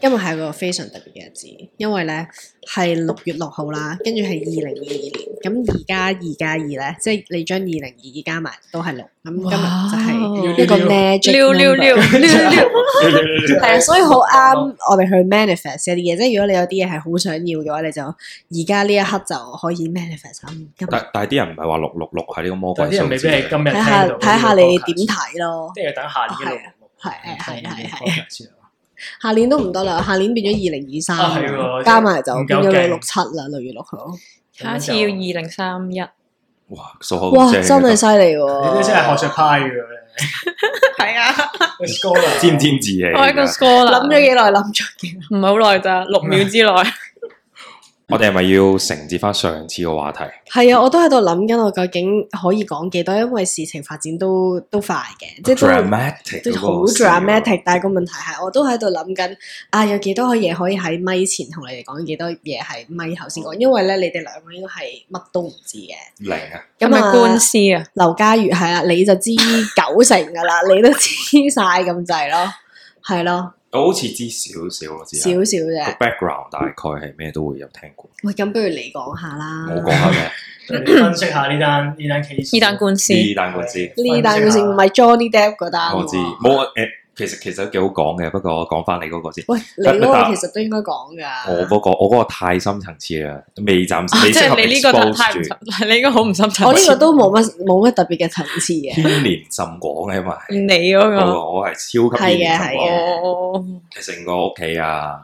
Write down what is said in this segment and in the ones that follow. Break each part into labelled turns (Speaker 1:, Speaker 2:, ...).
Speaker 1: 今日係一個非常特別嘅日子，因為咧係六月六號啦，跟住係二零二二年，咁而家二加二咧，即係你將二零二二加埋都係六，咁今日就係一個 magic
Speaker 2: 溜溜溜
Speaker 1: number
Speaker 3: 係
Speaker 1: 係啊，所以好 啱我哋去 manifest 一啲嘢，即係如果你有啲嘢係好想要嘅話，你就而家呢一刻就可以 manifest 下嗯 今日
Speaker 3: 但但係啲人唔係話六六六係呢個魔
Speaker 4: 但
Speaker 3: 鬼
Speaker 4: 啲人
Speaker 3: 數
Speaker 4: 未必
Speaker 3: 字
Speaker 4: 係
Speaker 3: 嚟，
Speaker 4: 今日
Speaker 1: 睇下
Speaker 4: 聽到
Speaker 1: 睇下你點，睇咯
Speaker 4: 即。係要等下年嘅六嗯
Speaker 1: 係係係啊係係，
Speaker 4: 係
Speaker 1: 下年都唔得啦，下年變咗二零二
Speaker 4: 啊係
Speaker 1: 三，
Speaker 4: 喎
Speaker 1: 加埋就
Speaker 4: 唔夠
Speaker 1: 變咗六
Speaker 4: 勁
Speaker 1: 六七啦，六月六號。
Speaker 2: 下一次要二零三一，
Speaker 3: 哇數學
Speaker 4: 啊
Speaker 1: 哇，
Speaker 3: 好正
Speaker 1: 真係犀
Speaker 3: 嘅，
Speaker 1: 利
Speaker 4: 你都
Speaker 1: 喎！
Speaker 4: 真係學術派嘅喎
Speaker 2: 係啊，
Speaker 4: 你，scholar
Speaker 3: 沾沾自喜。
Speaker 2: 我一個 score 啦，
Speaker 1: 諗啊咗幾耐，諗咗幾耐。
Speaker 2: 唔係好耐咋，六秒之內。
Speaker 3: 我哋係咪要承接翻上次嘅話題？
Speaker 1: 係啊，我都喺度諗緊，我究竟可以講幾多？因為事情發展都都快嘅，即係都
Speaker 3: dramatic
Speaker 1: 都
Speaker 3: 嗰個
Speaker 1: 好
Speaker 3: 事啊
Speaker 1: dramatic。但係個問題係，我都喺度諗緊啊，有幾多嘢可以喺咪前同你哋講，幾多嘢係咪後先講？因為咧，你哋兩個應該係乜都唔知嘅。
Speaker 3: 零啊！
Speaker 2: 係
Speaker 1: 咁
Speaker 2: 咪
Speaker 1: 啊
Speaker 2: 官司啊？
Speaker 1: 劉家瑜係啊，你就知九成噶啦，你都知晒咁滯咯，係咯，
Speaker 3: 我好似知啊少少咯，只
Speaker 1: 少
Speaker 3: 係
Speaker 1: 少
Speaker 3: 個
Speaker 1: 啫。
Speaker 3: background 大概係咩都會有聽過。
Speaker 1: 喂，咁不如你講下啦。
Speaker 3: 我講 下咩？
Speaker 4: 你分析下呢單呢單 case，
Speaker 2: 呢單官司
Speaker 3: 呢單我知，
Speaker 1: 呢單故事唔係 Johnny Depp 嗰單喎。
Speaker 3: 我知。冇誒，其實其實都幾好講嘅，不過我講翻你嗰個先。
Speaker 1: 喂，你嗰
Speaker 3: 但
Speaker 1: 個其實都應該講㗎。
Speaker 3: 我嗰個我嗰個太深層次啦，未暫 時
Speaker 2: 啊
Speaker 3: 未
Speaker 2: 即
Speaker 3: 適合
Speaker 2: 係你呢個太
Speaker 3: expose
Speaker 2: 唔
Speaker 3: 住，
Speaker 2: 深， 你呢個好唔深層次。
Speaker 1: 我呢個都冇乜冇乜特別嘅層次嘅。
Speaker 3: 牽連甚廣嘅嘛。
Speaker 2: 你嗰
Speaker 3: 我
Speaker 2: 個。
Speaker 3: 我係超級牽連甚
Speaker 1: 啊係嘅係
Speaker 3: 廣
Speaker 1: 嘅，
Speaker 2: 哦，
Speaker 3: 成個屋企啊，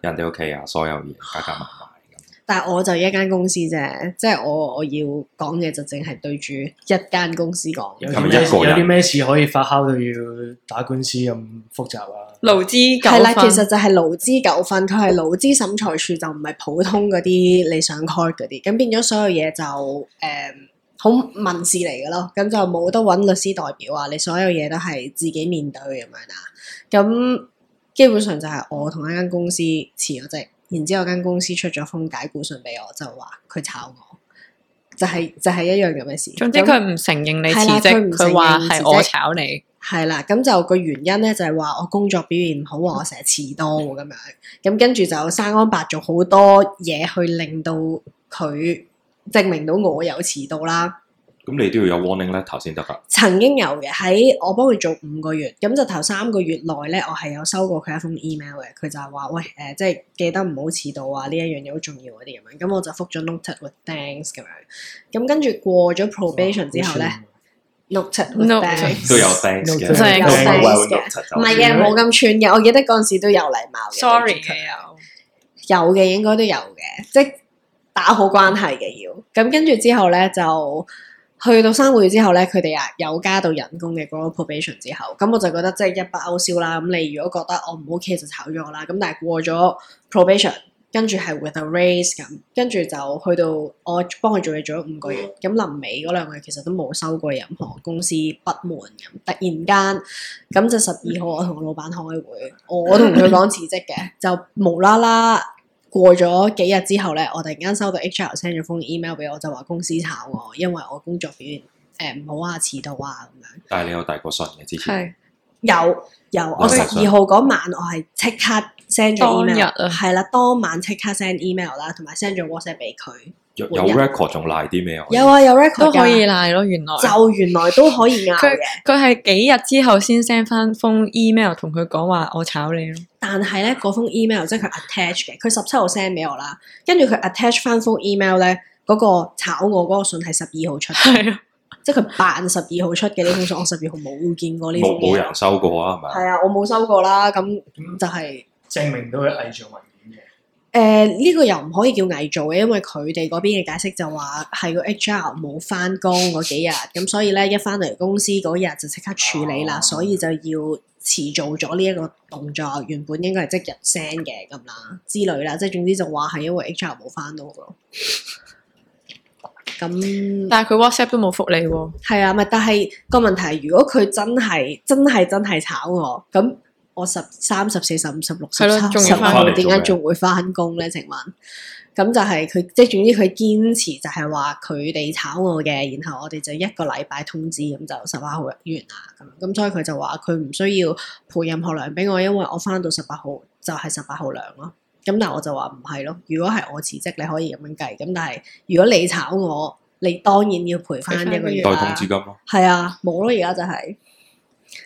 Speaker 3: 人哋屋企啊，所有嘢加加埋埋咁。
Speaker 1: 但係我就一間公司啫，即係我我要講嘅就淨係對住一間公司講。
Speaker 4: 有啲
Speaker 3: 係咪
Speaker 4: 咩
Speaker 3: 一個人
Speaker 4: 有啲咩事可以發酵到要打官司咁複雜啊？
Speaker 2: 勞資
Speaker 1: 係
Speaker 2: 糾
Speaker 1: 啦，
Speaker 2: 紛。
Speaker 1: 其實就係勞資糾紛，佢係勞資審裁處，就唔係普通嗰啲你上 court 嗰啲，咁變咗所有嘢就誒好、民事嚟嘅咯，咁就冇得揾律師代表啊，你所有嘢都係自己面對咁樣啦。咁基本上就係我同一間公司辭咗職，然之後間公司出咗封解雇信俾我，就話佢炒我，就係、就係、一樣咁嘅事。
Speaker 2: 總之
Speaker 1: 咁
Speaker 2: 佢唔承認你辭
Speaker 1: 係啦佢
Speaker 2: 職，
Speaker 1: 唔
Speaker 2: 佢話
Speaker 1: 承認你辭
Speaker 2: 係
Speaker 1: 職
Speaker 2: 我炒你。
Speaker 1: 係啦，咁就個原因咧就係話我工作表現唔好，啊話我成日遲到咁樣，咁跟住就生安白做好多嘢去令到佢證明到我有遲到啦。
Speaker 3: 咁你都要有 warning letter 先得㗎。
Speaker 1: 曾經有嘅喺我幫佢做五個月，咁就頭三個月內咧，我係有收過佢一封 email 嘅，佢就係話喂誒、即係記得唔好遲到啊，呢一樣嘢好重要嗰啲咁樣，咁我就覆咗 noted with thanks 咁樣，咁跟住過咗 probation 之後咧，noted with
Speaker 2: Noted
Speaker 1: thanks
Speaker 3: 都有 thanks 嘅，
Speaker 4: 都有
Speaker 1: thanks 嘅唔係嘅，
Speaker 4: 嗯
Speaker 1: 冇咁串嘅。我記得嗰陣時都有禮貌嘅。
Speaker 2: Sorry
Speaker 1: 佢
Speaker 2: 嘅又。
Speaker 1: 有嘅應該都有嘅，即係打好關係嘅要。咁跟住之後咧，就去到三個月之後咧，佢哋啊有加到人工嘅 growth probation 之後，咁我就覺得即係一筆勾銷啦。咁你如果覺得我唔 OK 就炒咗我啦。咁但係過咗 probation。跟住係 with a raise 咁，跟住就去到我幫佢做嘢做咗五個月，咁臨尾嗰兩個月其實都冇收過任何公司不滿咁，突然間咁就十二號我同老闆開會，我同佢講辭職嘅，就無啦啦過咗幾日之後咧，我突然間收到 HR send 咗封 email 俾我，就話公司炒我，因為我工作表現誒唔好啊，遲到啊咁樣。
Speaker 3: 但係你有遞過信嘅之前，
Speaker 2: 係
Speaker 1: 有有，我十
Speaker 3: 實
Speaker 1: 二號嗰晚我係即刻 send 咗
Speaker 2: 當日
Speaker 1: email，
Speaker 2: 啊
Speaker 1: 係啦，當晚即刻 send email 啦，同埋 send 咗 WhatsApp 俾佢。
Speaker 3: 有
Speaker 1: 每
Speaker 3: 有
Speaker 1: 日
Speaker 3: record 仲賴啲咩啊？
Speaker 1: 啊有啊，有 record
Speaker 2: 都可以
Speaker 1: 㗎，
Speaker 2: 賴咯，原來。
Speaker 1: 就原來都可以拗嘅。
Speaker 2: 佢係幾日之後先 send 翻封 email 同佢講話我炒你咯，
Speaker 1: 但係咧嗰封 email 即係佢 attach 嘅，佢十七號 send 俾我啦，跟住佢 attach 翻封 email 咧，嗰、個炒我嗰個信係十二號出嘅，
Speaker 2: 係啊，
Speaker 1: 即係佢扮十二號出嘅呢封信，我十二號冇見過呢封
Speaker 3: 冇冇
Speaker 1: 嘢。
Speaker 3: 人收過啊？係咪？
Speaker 1: 係啊，我冇收過啦，咁就係、
Speaker 4: 證明到佢偽造文件
Speaker 1: 嗯誒呃呢個又唔可以叫偽造嘅，因為佢哋嗰邊嘅解釋就話係個 HR 冇翻工嗰幾日，咁所以咧一翻嚟公司嗰日就即刻處理啦，
Speaker 4: 哦
Speaker 1: 所以就要遲做咗呢一個動作，原本應該係即日 send 嘅咁啦之類啦，即係總之就話係因為 HR 冇翻到咯。咁
Speaker 2: 但係佢 WhatsApp 都冇覆你喎，
Speaker 1: 係啊，咪但係個問題，如果佢真係真係真係炒我，咁我十三十四十五十六十
Speaker 2: 係咯
Speaker 1: 七
Speaker 2: 仲
Speaker 1: 十
Speaker 2: 要返
Speaker 1: 號
Speaker 3: 工
Speaker 1: 點解仲會翻工咧？請問咁就係佢即係總之佢堅持就係話佢哋炒我嘅，然後我哋就一個禮拜通知咁就十八號入園啦咁樣。咁所以佢就話佢唔需要賠呃任何糧俾我，因為我翻到十八號就係十八號糧咯。咁但係我就話唔係咯，如果係我辭職，你可以咁樣計。咁但係如果你炒我，你當然要賠翻一個月
Speaker 2: 代
Speaker 3: 代
Speaker 1: 啦
Speaker 3: 通資金咯，
Speaker 1: 係啊，冇咯，而家就係、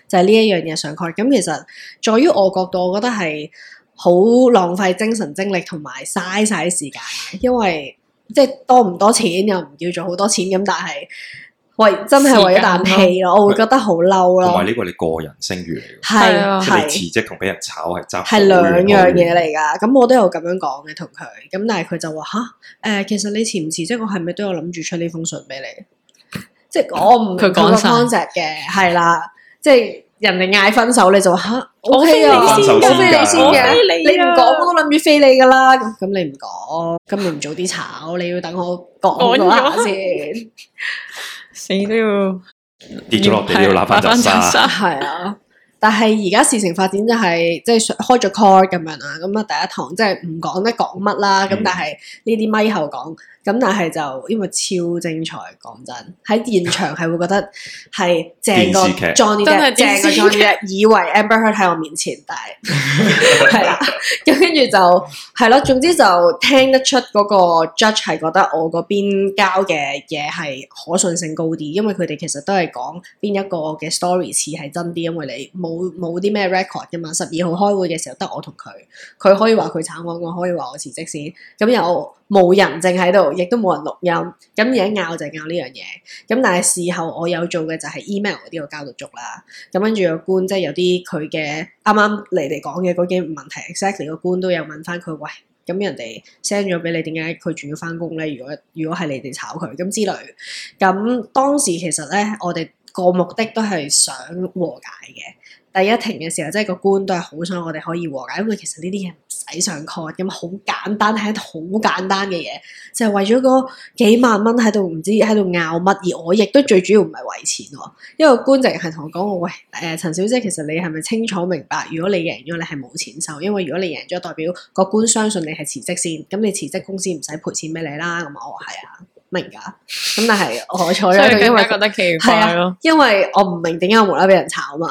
Speaker 1: 就係呢一樣嘢上概。咁其實在於我角度，我覺得係好浪費精神精力同埋嘥晒啲時間嘅，因為即係多唔多錢又唔叫做好多錢咁，但係喂真係為咗啖氣咯，我會覺得好嬲
Speaker 3: 同
Speaker 1: 咯，
Speaker 3: 埋呢個你個人聲譽嚟嘅，
Speaker 1: 係
Speaker 2: 係啊
Speaker 3: 即係你
Speaker 1: 啊哦係。
Speaker 3: 辭職同俾人炒係爭好
Speaker 1: 係兩
Speaker 3: 遠
Speaker 1: 樣
Speaker 3: 好
Speaker 1: 嘢
Speaker 3: 遠
Speaker 1: 嚟㗎，咁我都有咁樣講嘅同佢，咁但係佢就話吓，誒、其實你辭唔辭職，我係咪都有諗住出呢封信俾你？即係我唔明
Speaker 2: 佢
Speaker 1: 佢
Speaker 2: 講
Speaker 1: 個
Speaker 2: 晒
Speaker 1: concept 嘅，係啦，即係人哋嗌分手，你就話吓
Speaker 2: 我
Speaker 1: o K 啊，
Speaker 3: 飛你先㗎
Speaker 1: 我飛你先嘅
Speaker 3: 我飛，
Speaker 1: 你唔講我都諗住飛你㗎啦，咁咁你唔講，咁你唔早啲炒，你要等我講咗
Speaker 2: 講咗
Speaker 1: 下先，
Speaker 2: 死都要
Speaker 3: 跌咗落地要揦翻
Speaker 2: 揦
Speaker 3: 嚿
Speaker 2: 翻
Speaker 3: 沙，
Speaker 2: 扎
Speaker 1: 係啊，但係而家事情發展就係、即係開咗 call 咁樣啦，咁啊第一堂即係唔講得講乜啦，咁
Speaker 3: 嗯
Speaker 1: 但係呢啲咪後講，咁但係就因為超精彩，講真喺現場係會覺得係正個
Speaker 3: 電視劇
Speaker 1: Johnny
Speaker 2: 真係
Speaker 1: Depp，正
Speaker 2: 電視
Speaker 1: 個
Speaker 2: 劇
Speaker 1: Johnny Depp 以為 Amber Heard 喺我面前，但係 係啦，咁跟住就係咯，總之就聽得出嗰個 judge 係覺得我嗰邊交嘅嘢係可信性高啲，因為佢哋其實都係講邊一個嘅 story 似係真啲，因為你冇冇啲咩 record 噶嘛。十二號開會嘅時候得我同佢，佢可以話佢炒我，我可以話我辭職先，咁又冇人證喺度，亦都冇人錄音，咁而家拗就係拗呢樣嘢。咁但係事後我有做嘅就係 email 嗰啲我交到足啦。咁跟住個官即係有啲佢嘅啱啱你哋講嘅嗰幾個問題，exactly 個官都有問翻佢，喂，咁人哋 send 咗俾你，點解佢仲要翻工咧？如果如果係你哋炒佢咁之類，咁當時其實咧，我哋個目的都係想和解嘅。第一庭嘅時候，即係個官都係好想我哋可以和解，因為其實呢啲嘢唔使上 court，咁好簡單，係一啲好簡單嘅嘢，就係、為咗嗰幾萬蚊喺度唔知喺度拗乜，而我亦都最主要唔係為錢喎。因為官直係同我講我喂誒、陳小姐，其實你係咪清楚明白，如果你贏咗，你係冇錢收，因為如果你贏咗，代表個官相信你係辭職先，咁你辭職公司唔使賠錢俾你啦。咁我話係啊，明㗎。咁但係我坐
Speaker 2: 所
Speaker 1: 咗喺度，
Speaker 2: 以
Speaker 1: 因
Speaker 2: 更
Speaker 1: 為
Speaker 2: 加覺得奇
Speaker 1: 係
Speaker 2: 怪咯
Speaker 1: 啊。，因為我唔明點解我無啦啦俾人炒嘛，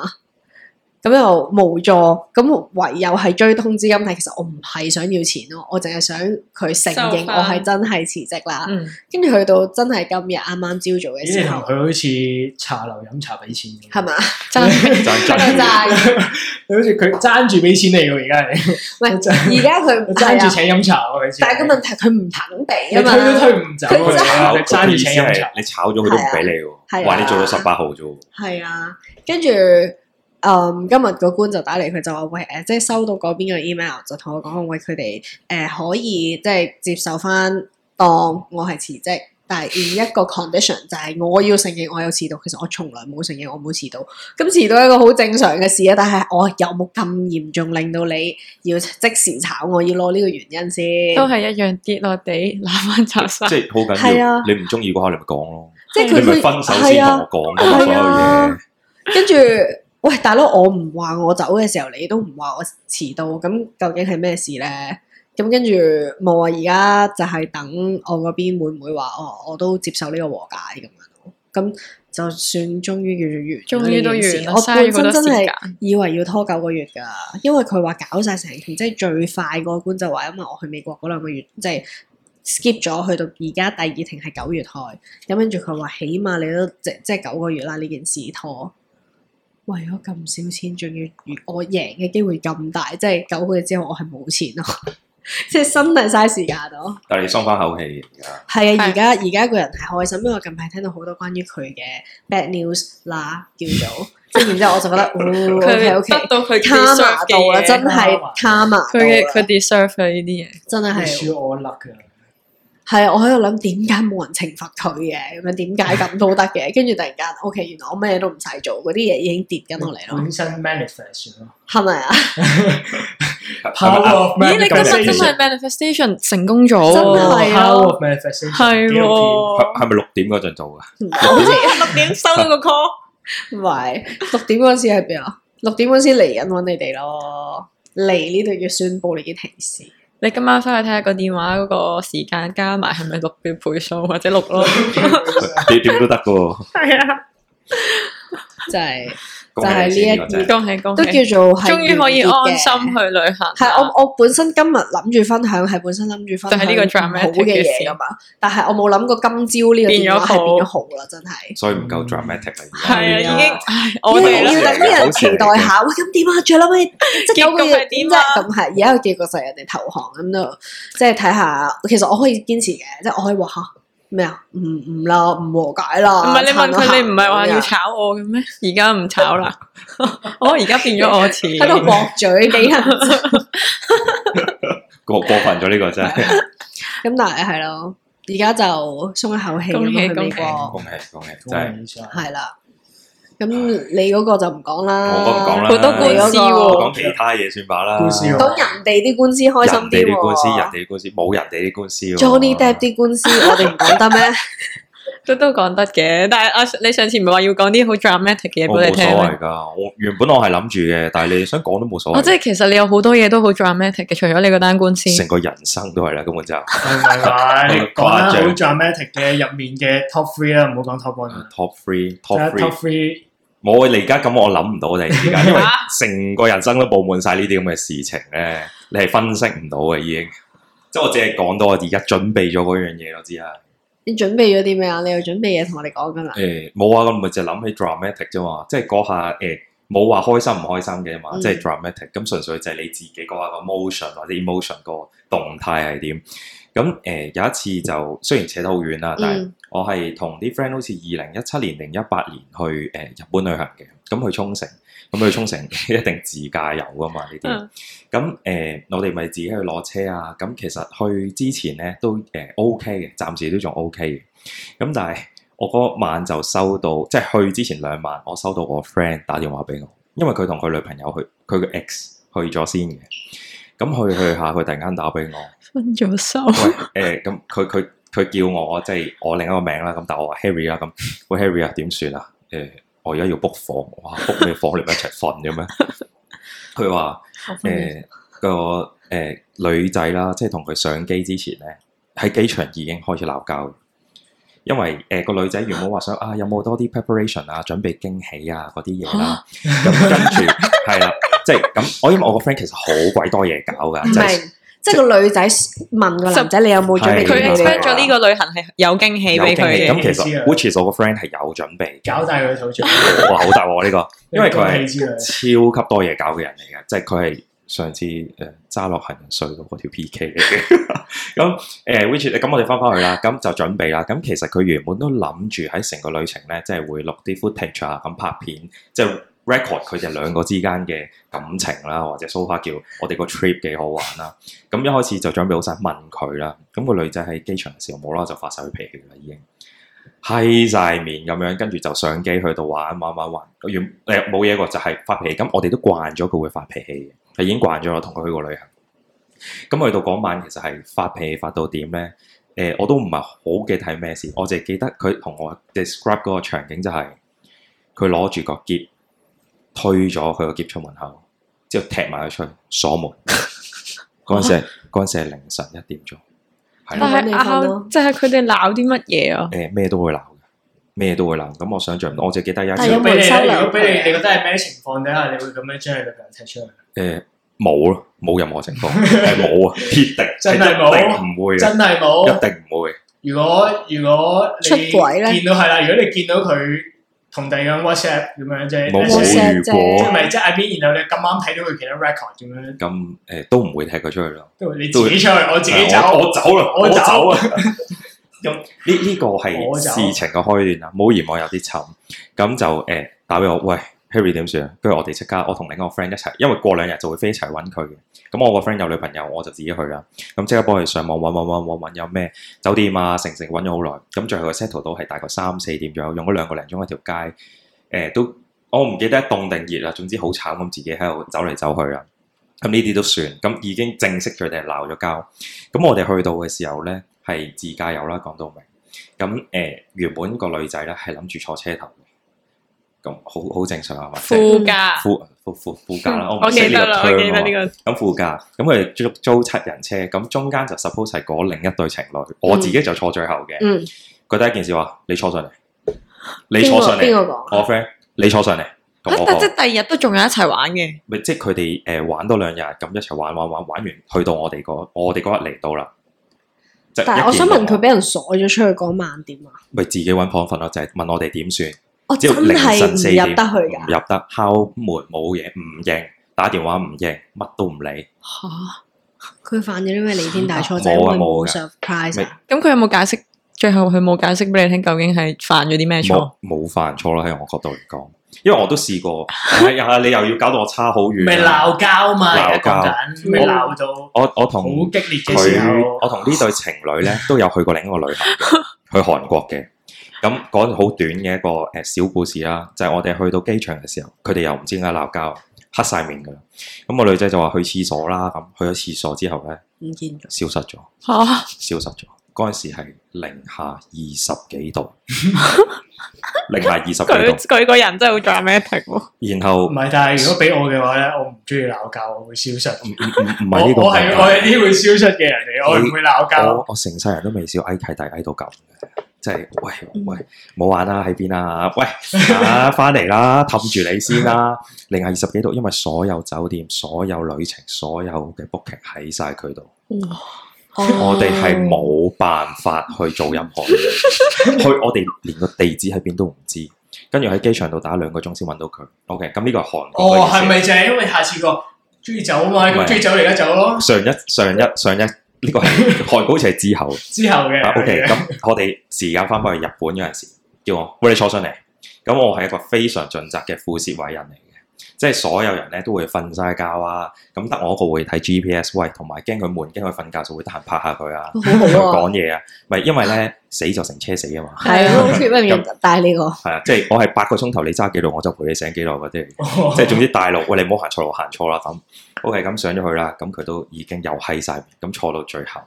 Speaker 1: 咁又無助，咁唯有係追通資金，但係其實我唔係想要錢咯，我淨係想佢承認
Speaker 2: 收返
Speaker 1: 我係真係辭職啦。
Speaker 2: 嗯，
Speaker 1: 跟住去到真係今日啱啱朝早嘅
Speaker 4: 咦，你
Speaker 1: 時
Speaker 4: 同
Speaker 1: 候，
Speaker 4: 佢好似茶樓飲茶俾錢咁，
Speaker 1: 係嘛？
Speaker 2: 真
Speaker 3: 爭
Speaker 1: 真
Speaker 3: 爭
Speaker 1: 係，
Speaker 4: 你好似佢爭住俾錢你喎，而家係
Speaker 1: 唔係而家 佢唔
Speaker 4: 爭
Speaker 1: 係
Speaker 4: 住
Speaker 1: 啊，
Speaker 4: 請飲茶喎，佢似係
Speaker 1: 但係個問題佢唔肯俾啊
Speaker 4: 你推都
Speaker 1: 嘛，
Speaker 4: 推唔走
Speaker 1: 佢真
Speaker 4: 啊，
Speaker 3: 炒
Speaker 4: 你爭
Speaker 3: 佢
Speaker 4: 住
Speaker 3: 意思
Speaker 4: 請飲
Speaker 3: 係
Speaker 4: 茶，
Speaker 3: 你炒咗佢都唔俾你喎，
Speaker 1: 係啊
Speaker 3: 話你做到十八號啫喎，
Speaker 1: 係啊，跟住。嗯，今日個官就打嚟，佢就話喂誒、即係收到嗰邊嘅 email 就同我講，喂佢哋誒可以即係接受翻當我係辭職，但係 in 一個 condition 就係我要承認我有遲到。其實我從來冇承認我冇遲到，咁遲到係一個好正常嘅事啊。但係我有冇咁嚴重令到你要即時炒我？要攞呢個原因先。
Speaker 2: 都係一樣跌落地揦翻扎沙
Speaker 3: 即。係好緊
Speaker 1: 係啊
Speaker 3: 要。你唔中意嗰下你咪講咯，
Speaker 1: 即係
Speaker 3: 你
Speaker 1: 佢
Speaker 3: 咪
Speaker 1: 佢
Speaker 3: 分手
Speaker 1: 係
Speaker 3: 先
Speaker 1: 啊
Speaker 3: 同我講㗎嘛所有
Speaker 1: 係啊
Speaker 3: 嘢。
Speaker 1: 跟住，喂，大佬，我唔話我走嘅時候，你都唔話我遲到，咁究竟係咩事咧？咁跟住冇啊，而家就係等我嗰邊會唔會話，哦，我都接受呢個和解咁樣咯。咁就算終於叫做
Speaker 2: 終
Speaker 1: 完啦，
Speaker 2: 於都
Speaker 1: 呢件事
Speaker 2: 完啦，
Speaker 1: 我
Speaker 2: 嘥咗好
Speaker 1: 本
Speaker 2: 多
Speaker 1: 身
Speaker 2: 時
Speaker 1: 真係
Speaker 2: 間。
Speaker 1: 以為要拖九個月㗎，因為佢話搞晒成團，即係最快個官就話，因為哎我去美國嗰兩個月，即係 skip 咗去到而家第二庭係九月開，咁跟住佢話起碼你都即即係九個月啦呢件事拖。為咗咁少錢，仲要如我贏嘅機會咁大，即係九個月之後我係冇錢咯， 即係真係嘥時間咯。
Speaker 3: 但係你鬆翻口氣而家。
Speaker 1: 係啊，
Speaker 2: 係
Speaker 1: 而家而家個人係開心，因為我近排聽到好多關於佢嘅 bad news 啦，叫做，即係然之後我就覺得，哦，OK
Speaker 2: 佢
Speaker 1: OK，
Speaker 2: 得到佢 deserve
Speaker 1: karma
Speaker 2: 嘅
Speaker 1: 到啦，
Speaker 2: 嘢
Speaker 1: 真係 karma
Speaker 2: 佢嘅
Speaker 1: 到
Speaker 2: 佢
Speaker 1: 啦，
Speaker 2: deserve 嘅呢啲嘢，
Speaker 1: 真
Speaker 4: 你
Speaker 1: 係
Speaker 4: 輸我一粒㗎。
Speaker 1: 係啊！我喺度諗點解冇人懲罰佢嘅，咁樣點解咁都得嘅？跟住突然間，OK，原來我咩都唔使做，嗰啲嘢已經跌緊落嚟
Speaker 2: 嗯
Speaker 1: 咯，
Speaker 4: 本身 manifest 咯
Speaker 1: 係咪 啊？
Speaker 3: 係咪啊
Speaker 4: ，power of
Speaker 2: 咦？你今日真
Speaker 4: manifestation，
Speaker 2: 係 manifestation 成功咗
Speaker 1: 真
Speaker 2: 喎，
Speaker 1: 係啊
Speaker 4: power of manifestation，
Speaker 2: 係
Speaker 4: 紀錄
Speaker 3: 係
Speaker 2: 喎。
Speaker 3: 係咪六點嗰陣做㗎？
Speaker 1: 唔係
Speaker 2: 六點收到個 call，
Speaker 1: 唔係六點嗰陣時喺邊啊？六點半先嚟緊揾你哋咯。嚟呢度要宣佈你嘅提示，
Speaker 2: 你今晚翻去睇下個電話嗰個時間加埋係咪六嘅倍數或者六 咯？
Speaker 3: 你點都得噶喎。
Speaker 2: 係啊，
Speaker 1: 就 係、
Speaker 3: 恭喜你先呢個
Speaker 1: 就係呢一
Speaker 3: 真
Speaker 2: 恭
Speaker 3: 係
Speaker 2: 喜恭
Speaker 1: 都
Speaker 2: 喜！
Speaker 1: 叫做係
Speaker 2: 終於可以
Speaker 1: 完結
Speaker 2: 安
Speaker 1: 嘅
Speaker 2: 心去旅行啦。
Speaker 1: 係我我本身今日諗住分享，係本身諗住分享
Speaker 2: 就啊係呢個
Speaker 1: 唔好
Speaker 2: dramatic
Speaker 1: 嘅
Speaker 2: 嘅事
Speaker 1: 嘢噶嘛，但係我冇諗過今朝呢個電話係
Speaker 2: 變咗好
Speaker 1: 變咗好啦，真係。
Speaker 3: 所以唔夠 dramatic 啦。
Speaker 2: 係啊，已
Speaker 1: 啊
Speaker 2: 經唉，我
Speaker 1: 因為
Speaker 2: 哋
Speaker 1: 要
Speaker 2: 啦
Speaker 1: 等啲人期待下，喂咁點啊？最後尾即係
Speaker 2: 結
Speaker 1: 九
Speaker 2: 局
Speaker 1: 個月
Speaker 2: 係
Speaker 1: 點
Speaker 2: 點
Speaker 1: 啫？
Speaker 2: 啊
Speaker 1: 咁係而家嘅結果就係人哋投降咁咯，即係睇下。其實我可以堅持嘅，即係我可以話吓咩啊？唔唔啦，唔和解啦。
Speaker 2: 唔係你問
Speaker 1: 撐到
Speaker 2: 佢，你唔係話
Speaker 1: 行
Speaker 2: 要
Speaker 1: 咁樣
Speaker 2: 炒我嘅咩？而家唔炒啦， 我而家變咗我 似
Speaker 1: 喺度駁嘴俾人，咁
Speaker 3: 過過分咗呢個真係。
Speaker 1: 啊但係係咯，而家就鬆一口氣
Speaker 2: 恭
Speaker 1: 咁
Speaker 2: 喜
Speaker 1: 樣去美
Speaker 2: 恭
Speaker 1: 國。
Speaker 3: 恭喜恭喜，真係
Speaker 4: 恭喜晒
Speaker 1: 係啦。咁你嗰個就唔講啦，
Speaker 3: 我嗰個唔講啦
Speaker 2: 好多官司
Speaker 1: 你嗰
Speaker 2: 喎。
Speaker 3: 講其他嘢算罷啦。
Speaker 4: 官司啊喎
Speaker 1: 講人哋啲官司開心
Speaker 3: 人哋
Speaker 1: 啲
Speaker 3: 啲官司，人
Speaker 1: 喎
Speaker 3: 哋啲官司冇人哋啲官司喎。
Speaker 1: ，Johnny Depp 啲官司我哋唔講得咩？
Speaker 2: 都都講得嘅，但係阿你上次唔係話要講啲好 dramatic 嘅嘢
Speaker 3: 我
Speaker 2: 俾你
Speaker 3: 冇
Speaker 1: 啊
Speaker 2: 聽
Speaker 3: 所
Speaker 2: 咩？
Speaker 3: 謂㗎，我原本我係諗住嘅，但係你想講都冇所
Speaker 2: 哦我即
Speaker 3: 謂。
Speaker 2: 係其實你有好多嘢都好 dramatic 嘅，除咗你嗰單官司，
Speaker 3: 成個人生都係啦，根本就
Speaker 4: 唔係唔係，你講啦，
Speaker 3: 誇
Speaker 4: 好
Speaker 3: 張
Speaker 4: dramatic 嘅入面嘅 top three 啦，唔好講 top one 啦。
Speaker 3: top
Speaker 4: 睇
Speaker 3: three top
Speaker 4: 下
Speaker 3: three
Speaker 4: top。three
Speaker 3: 冇啊！你而家咁，我諗唔到你而家，因為成個人生都佈滿晒呢啲咁嘅事情咧，你係分析唔到嘅已經。即係我只係講到我而家準備咗嗰樣嘢咯，知啊。
Speaker 1: 你準備咗啲咩啊？你有準備嘢同我哋講噶啦？
Speaker 3: 誒冇啊，咁咪就諗起 dramatic 啫嘛，即係嗰下誒冇話開心唔開心嘅嘛，
Speaker 1: 嗯
Speaker 3: 即係 dramatic。咁純粹就係你自己嗰下個 motion 或者 emotion 個動態係點。咁誒、有一次就雖然扯得好遠啦，但係。
Speaker 1: 嗯，
Speaker 3: 我係同啲 friend 好似二零一七年定一八年去誒、呃日本旅行嘅，咁去衝繩，咁去衝繩 一定自駕遊噶嘛呢啲
Speaker 2: 嗯，
Speaker 3: 咁誒、呃我哋咪自己去攞車啊，咁其實去之前咧都誒、呃 OK 嘅，暫時都仲 OK 嘅，咁但係我嗰晚就收到，即係去之前兩晚我收到我 friend 打電話俾我，因為佢同佢女朋友去，佢嘅 ex 去咗先嘅，咁去去下佢突然間打俾我。
Speaker 2: 分咗手。
Speaker 3: 喂，誒咁佢佢佢叫我即係我另一個名啦，咁但係我話 Harry 啦，咁喂 Harry 啊點算啊？誒、我而家要 book 房，哇 book 咩房？你咪一齊瞓嘅咩？佢話誒個誒女仔啦，即係同佢上機之前咧，喺機場已經開始鬧交。因為誒、個女仔原本話想啊，有冇多啲 preparation 啊，準備驚喜啊嗰啲嘢啦，咁跟住係啦，即係咁。我因為我個 friend 其實好鬼多嘢搞㗎，
Speaker 1: 唔
Speaker 3: 即係
Speaker 1: 係，即係個女仔問個男仔你有冇準備
Speaker 2: 佢
Speaker 3: 係
Speaker 1: 嘢俾你啊
Speaker 2: expect 咗呢個旅行係有驚喜
Speaker 3: 有
Speaker 2: 俾
Speaker 3: 經歷
Speaker 2: 佢嘅，
Speaker 3: 咁其
Speaker 4: 意思
Speaker 3: 實
Speaker 4: 啊
Speaker 3: which is 我個 friend 係有準備嘅，
Speaker 4: 搞大佢肚腩，
Speaker 3: 哇好大鑊呢個， 因為佢
Speaker 4: 恭喜
Speaker 3: 係
Speaker 4: 之類。
Speaker 3: 超級多嘢搞嘅人嚟嘅，即係佢係上次誒揸落行人隧道嗰條 PK 嚟嘅。 咁誒，which is- 咁我哋翻返去啦，咁就準備啦。咁其實佢原本都諗住喺成個旅程咧，即係會錄啲 footage 啊，咁拍片，即係 record 佢哋兩個之間嘅感情啦，或者 so far 叫我哋個 trip 幾好玩啦。咁一開始就準備好晒問佢啦。咁、個女仔喺機場嘅時候冇啦啦就發晒佢脾氣啦，已經。閪晒面咁樣，跟住就上機去到玩玩玩玩，原誒冇嘢個就係發脾氣。咁我哋都慣咗佢會發脾氣嘅，已經慣咗啦，同佢去過旅行。咁去到嗰晚其實係發脾氣發到點咧？誒、我都唔係好記得係咩事，我淨係記得佢同我 describe 嗰個場景就係佢攞住個篋推咗佢個篋出門口，之後踢埋佢出去鎖門。嗰陣時係嗰陣時係凌晨一點鐘，係啦
Speaker 2: 但係拗，就係佢哋鬧啲乜嘢啊？
Speaker 3: 誒咩都會鬧嘅，咩都會鬧。咁我想象唔到，我就記得有一次
Speaker 1: 但係有冇
Speaker 4: 如果
Speaker 1: 人
Speaker 4: 俾你
Speaker 1: 收留
Speaker 4: 咧，如果俾你，
Speaker 1: 佢
Speaker 4: 你覺得係咩情況底下你會咁樣將佢女朋友踢出去？
Speaker 3: 誒呃冇咯，冇任何情 況，係冇啊，鐵定
Speaker 4: 真係冇
Speaker 3: 一定唔會嘅，
Speaker 4: 真係
Speaker 3: 一
Speaker 4: 冇。
Speaker 3: 定唔會。
Speaker 4: 如果如果你
Speaker 1: 出軌呢
Speaker 4: 見到係啦，如果你見到佢同第二個人 WhatsApp 咁樣即係
Speaker 3: 冇
Speaker 4: message，
Speaker 1: WhatsApp
Speaker 3: 冇遇
Speaker 4: 即係
Speaker 3: 過
Speaker 1: 啫
Speaker 4: 咪即係 I mean，然後你咁啱睇到佢其他 record 咁樣，
Speaker 3: 咁誒都唔會踢佢出去咯。
Speaker 4: 都你自己出去，我自己走，
Speaker 3: 啊我我走啦，
Speaker 4: 我
Speaker 3: 我
Speaker 4: 走
Speaker 3: 走啊！咁呢呢個係
Speaker 4: 我走
Speaker 3: 事情嘅開端啦，冇嫌我有啲沉，咁就誒打俾我，喂 Harry 點算啊？跟住我哋即刻，我同另一個 friend 一齊，因為過兩日就會飛一齊揾佢嘅。咁我個 friend 有女朋友，我就自己去啦。咁即刻幫佢上網揾揾揾揾揾有咩酒店啊，成成揾咗好耐。咁最後佢 settle 到係大概三四點左右，用咗兩個零鐘喺條街，誒、都我唔記得凍定熱啦，總之好慘咁自己喺度走嚟走去啦。咁呢啲都算，咁已經正式佢哋係鬧咗交。咁我哋去到嘅時候咧，係自駕遊啦，講到明。咁誒、呃原本個女仔咧係諗住坐車頭嘅，咁好好正常係啊嘛？即係
Speaker 2: 副驾，
Speaker 3: 副副副副駕啦，我唔
Speaker 2: 我
Speaker 3: 識
Speaker 2: 記
Speaker 3: 呢
Speaker 2: 得
Speaker 3: 個
Speaker 2: 啦，我記
Speaker 3: term
Speaker 2: 得
Speaker 3: 啊
Speaker 2: 呢個
Speaker 3: 咁副駕，咁佢哋租租七人車，咁中間就 suppose 係嗰另一對情侶，我自己就坐最後嘅。
Speaker 1: 嗯，
Speaker 3: 佢第一件事話：你坐上嚟，你
Speaker 1: 邊
Speaker 3: 坐
Speaker 1: 個
Speaker 3: 上
Speaker 1: 邊
Speaker 3: 嚟，
Speaker 1: 個講？
Speaker 3: 我 friend 你坐上嚟，
Speaker 2: 啊
Speaker 3: 咁我
Speaker 2: 但即
Speaker 3: 講
Speaker 2: 係第二日都仲有一齊玩嘅，
Speaker 3: 咪即係佢哋誒玩多兩日，咁一齊玩玩玩玩完，去到我哋嗰我哋嗰日嚟到啦。即係
Speaker 1: 但
Speaker 3: 一
Speaker 1: 係我想
Speaker 3: 見到
Speaker 1: 問佢俾人鎖咗出去嗰晚點啊？
Speaker 3: 咪自己揾房瞓咯，就係、問我哋點算，
Speaker 1: 我
Speaker 3: 只
Speaker 1: 真
Speaker 3: 要凌
Speaker 1: 係唔
Speaker 3: 晨四點
Speaker 1: 入得去
Speaker 3: 唔
Speaker 1: 㗎。
Speaker 3: 入得，敲門冇嘢唔應，打電話唔應，乜都唔理。
Speaker 2: 吓
Speaker 1: 佢犯咗啲咩彌天大錯？就係因
Speaker 3: 冇啊
Speaker 1: 為冇
Speaker 3: 冇
Speaker 1: surprise 啊。
Speaker 2: 咁佢有冇解釋？最後佢冇解釋俾你聽究竟係犯咗啲咩錯？
Speaker 3: 冇冇犯錯啦，喺我角度嚟講，因為我都試過，哎呀你又要搞到我差好遠，
Speaker 4: 咪鬧交嘛，
Speaker 3: 鬧
Speaker 4: 而家
Speaker 3: 交
Speaker 4: 講緊咪鬧到
Speaker 3: 我
Speaker 4: 好
Speaker 3: 我同
Speaker 4: 激烈嘅時
Speaker 3: 佢，
Speaker 4: 候
Speaker 3: 我，同呢對情侶 咧都有去過另一個旅行嘅，去韓國嘅。咁嗰段好短嘅一個呃誒小故事啦，就係、我哋去到機場嘅時候，佢哋又唔知點解鬧交，黑晒面噶啦。咁、個女仔就話去廁所啦，咁去咗廁所之後咧，
Speaker 1: 唔見咗。
Speaker 3: 消失咗，
Speaker 2: 吓
Speaker 3: 消失咗。嗰陣時係零下二十 幾度，零下二十幾
Speaker 2: 佢
Speaker 3: 度。
Speaker 2: 佢個人真係好 dramatic 喎，
Speaker 3: 然後
Speaker 4: 唔係，但係如果俾我嘅話咧，我唔中意鬧交，我會消失。
Speaker 3: 唔唔唔唔
Speaker 4: 我
Speaker 3: 係呢個
Speaker 4: 我係我
Speaker 3: 問
Speaker 4: 係啲會消失嘅人嚟，我唔會鬧
Speaker 3: 題，我
Speaker 4: 交。
Speaker 3: 我成世人都未試過挨契弟挨到咁嘅，即係
Speaker 4: 嗯
Speaker 3: 喂喂冇玩啦，喺邊啊？喂啊， 翻嚟啦，氹住你先啦，零下二十幾度，因為所有酒店、所有旅程、所有嘅 booking 喺晒佢度，我哋係
Speaker 1: 哦
Speaker 3: 冇辦法去做任何 嘢，去我哋連個地址喺邊都唔知，跟住喺機場度打兩個鐘先揾到佢。OK，咁呢個係韓國
Speaker 4: 哦，
Speaker 3: 嘅意
Speaker 4: 係
Speaker 3: 思
Speaker 4: 咪就係因為下次個中意走啊嘛？
Speaker 3: 唔係
Speaker 4: 咁中意走你而家走咯，
Speaker 3: 上一上一上一呢個係韓國好似係之後。
Speaker 4: 之後嘅
Speaker 3: 啊，OK，
Speaker 4: 係嘅
Speaker 3: 咁我哋時間翻返去日本嗰陣時，叫我喂你坐上嚟。咁我係一個非常盡責嘅副攝位人嚟嘅，即係所有人咧都會瞓晒覺啊。咁得我一個會睇 GPS，喂，同埋驚佢悶，驚佢瞓覺就會得閒拍下佢啊，
Speaker 1: 好好
Speaker 3: 同佢
Speaker 1: 喎，
Speaker 3: 講嘢啊。咪因為咧死就成車死啊嘛，
Speaker 1: 係啊 road trip 入面帶呢個，
Speaker 3: 係啊，即係我係八個鐘頭你揸幾耐，我就陪你醒幾耐嗰啲嚟嘅。
Speaker 4: 哦
Speaker 3: 即係總之大陸，喂你唔好行錯路，行錯啦咁。OK，咁上咗去啦，咁佢都已經又閪晒面，咁坐到最後。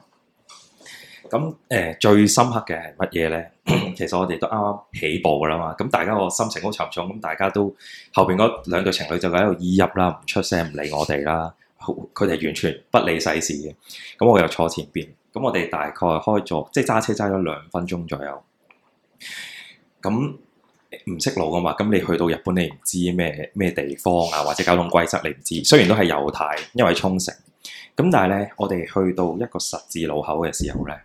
Speaker 3: 咁誒、呃最深刻嘅係乜嘢咧？ 其實我哋都啱啱起步噶啦嘛，咁大家個心情好沉重，咁大家都後邊嗰兩對情侶就喺度依泣啦，唔出聲，唔理我哋啦。好佢哋完全不理世事嘅。咁我又坐前邊，咁我哋大概開咗即係揸車揸咗兩分鐘左右。咁唔識路噶嘛，咁你去到日本你唔知咩咩地方啊，或者交通規則你唔知。雖然都係猶太，因為喺沖繩。咁但係咧，我哋去到一個十字路口嘅時候咧，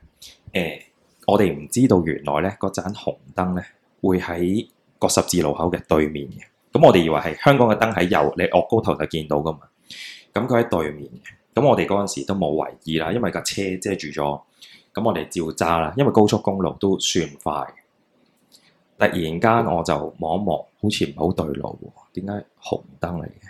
Speaker 3: 誒、我哋唔知道原來咧嗰盞紅燈咧會喺個十字路口嘅對面嘅。咁我哋以為係香港嘅燈喺右，你岳高頭就見到噶嘛。咁佢喺對面嘅，咁我哋嗰陣時都冇為意啦，因為架車遮住咗。咁我哋照揸啦，因為高速公路都算快。突然間我就望一望，好似唔係好對路喎，點解紅燈嚟嘅？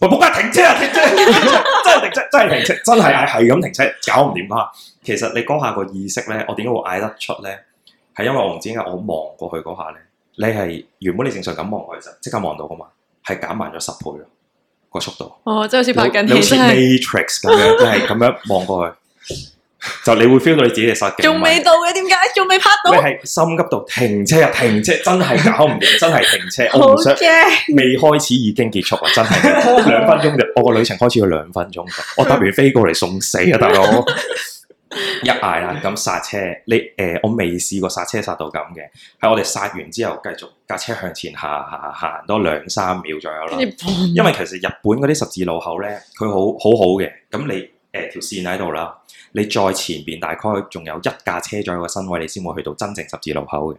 Speaker 3: 喂，仆街停車啊！停車，停車真係停車，真係停車，真係係係咁停車，搞唔掂啊！其實你嗰下個意識咧，我點解會嗌得出咧？係因為我唔知點解我望過去嗰下咧，你係原本你正常咁望佢就即刻望到噶嘛，係減慢咗十倍咯個速度。
Speaker 2: 哦，即係好似
Speaker 3: 你好
Speaker 2: 拍
Speaker 3: 你
Speaker 2: 緊
Speaker 3: 好
Speaker 2: 戲，
Speaker 3: 似
Speaker 2: 真係
Speaker 3: Matrix 咁 樣，即係咁樣望過去，就你會 feel 到你自己嘅殺勁。
Speaker 2: 仲未到嘅，點解仲未拍到
Speaker 3: 你？係心急到停車啊！停車真係搞唔掂， 真係停車。
Speaker 1: 好
Speaker 3: 我唔想
Speaker 1: 驚，
Speaker 3: 未開始已經結束啊！真係兩分鐘就，我個旅程開始咗兩分鐘㗎，我搭完飛過嚟送死啊，大佬！ 一嗌啦，咁剎車，你誒、呃我未試過剎車剎到咁嘅，係我哋剎完之後繼續架車向前行行行多兩三秒左右啦。
Speaker 2: 跟住砰
Speaker 3: 因為其實日本嗰啲十字路口咧，佢好好好嘅。咁你誒、呃、條線喺度啦，你再前邊大概仲有一架車左右嘅身位，你先會去到真正十字路口嘅。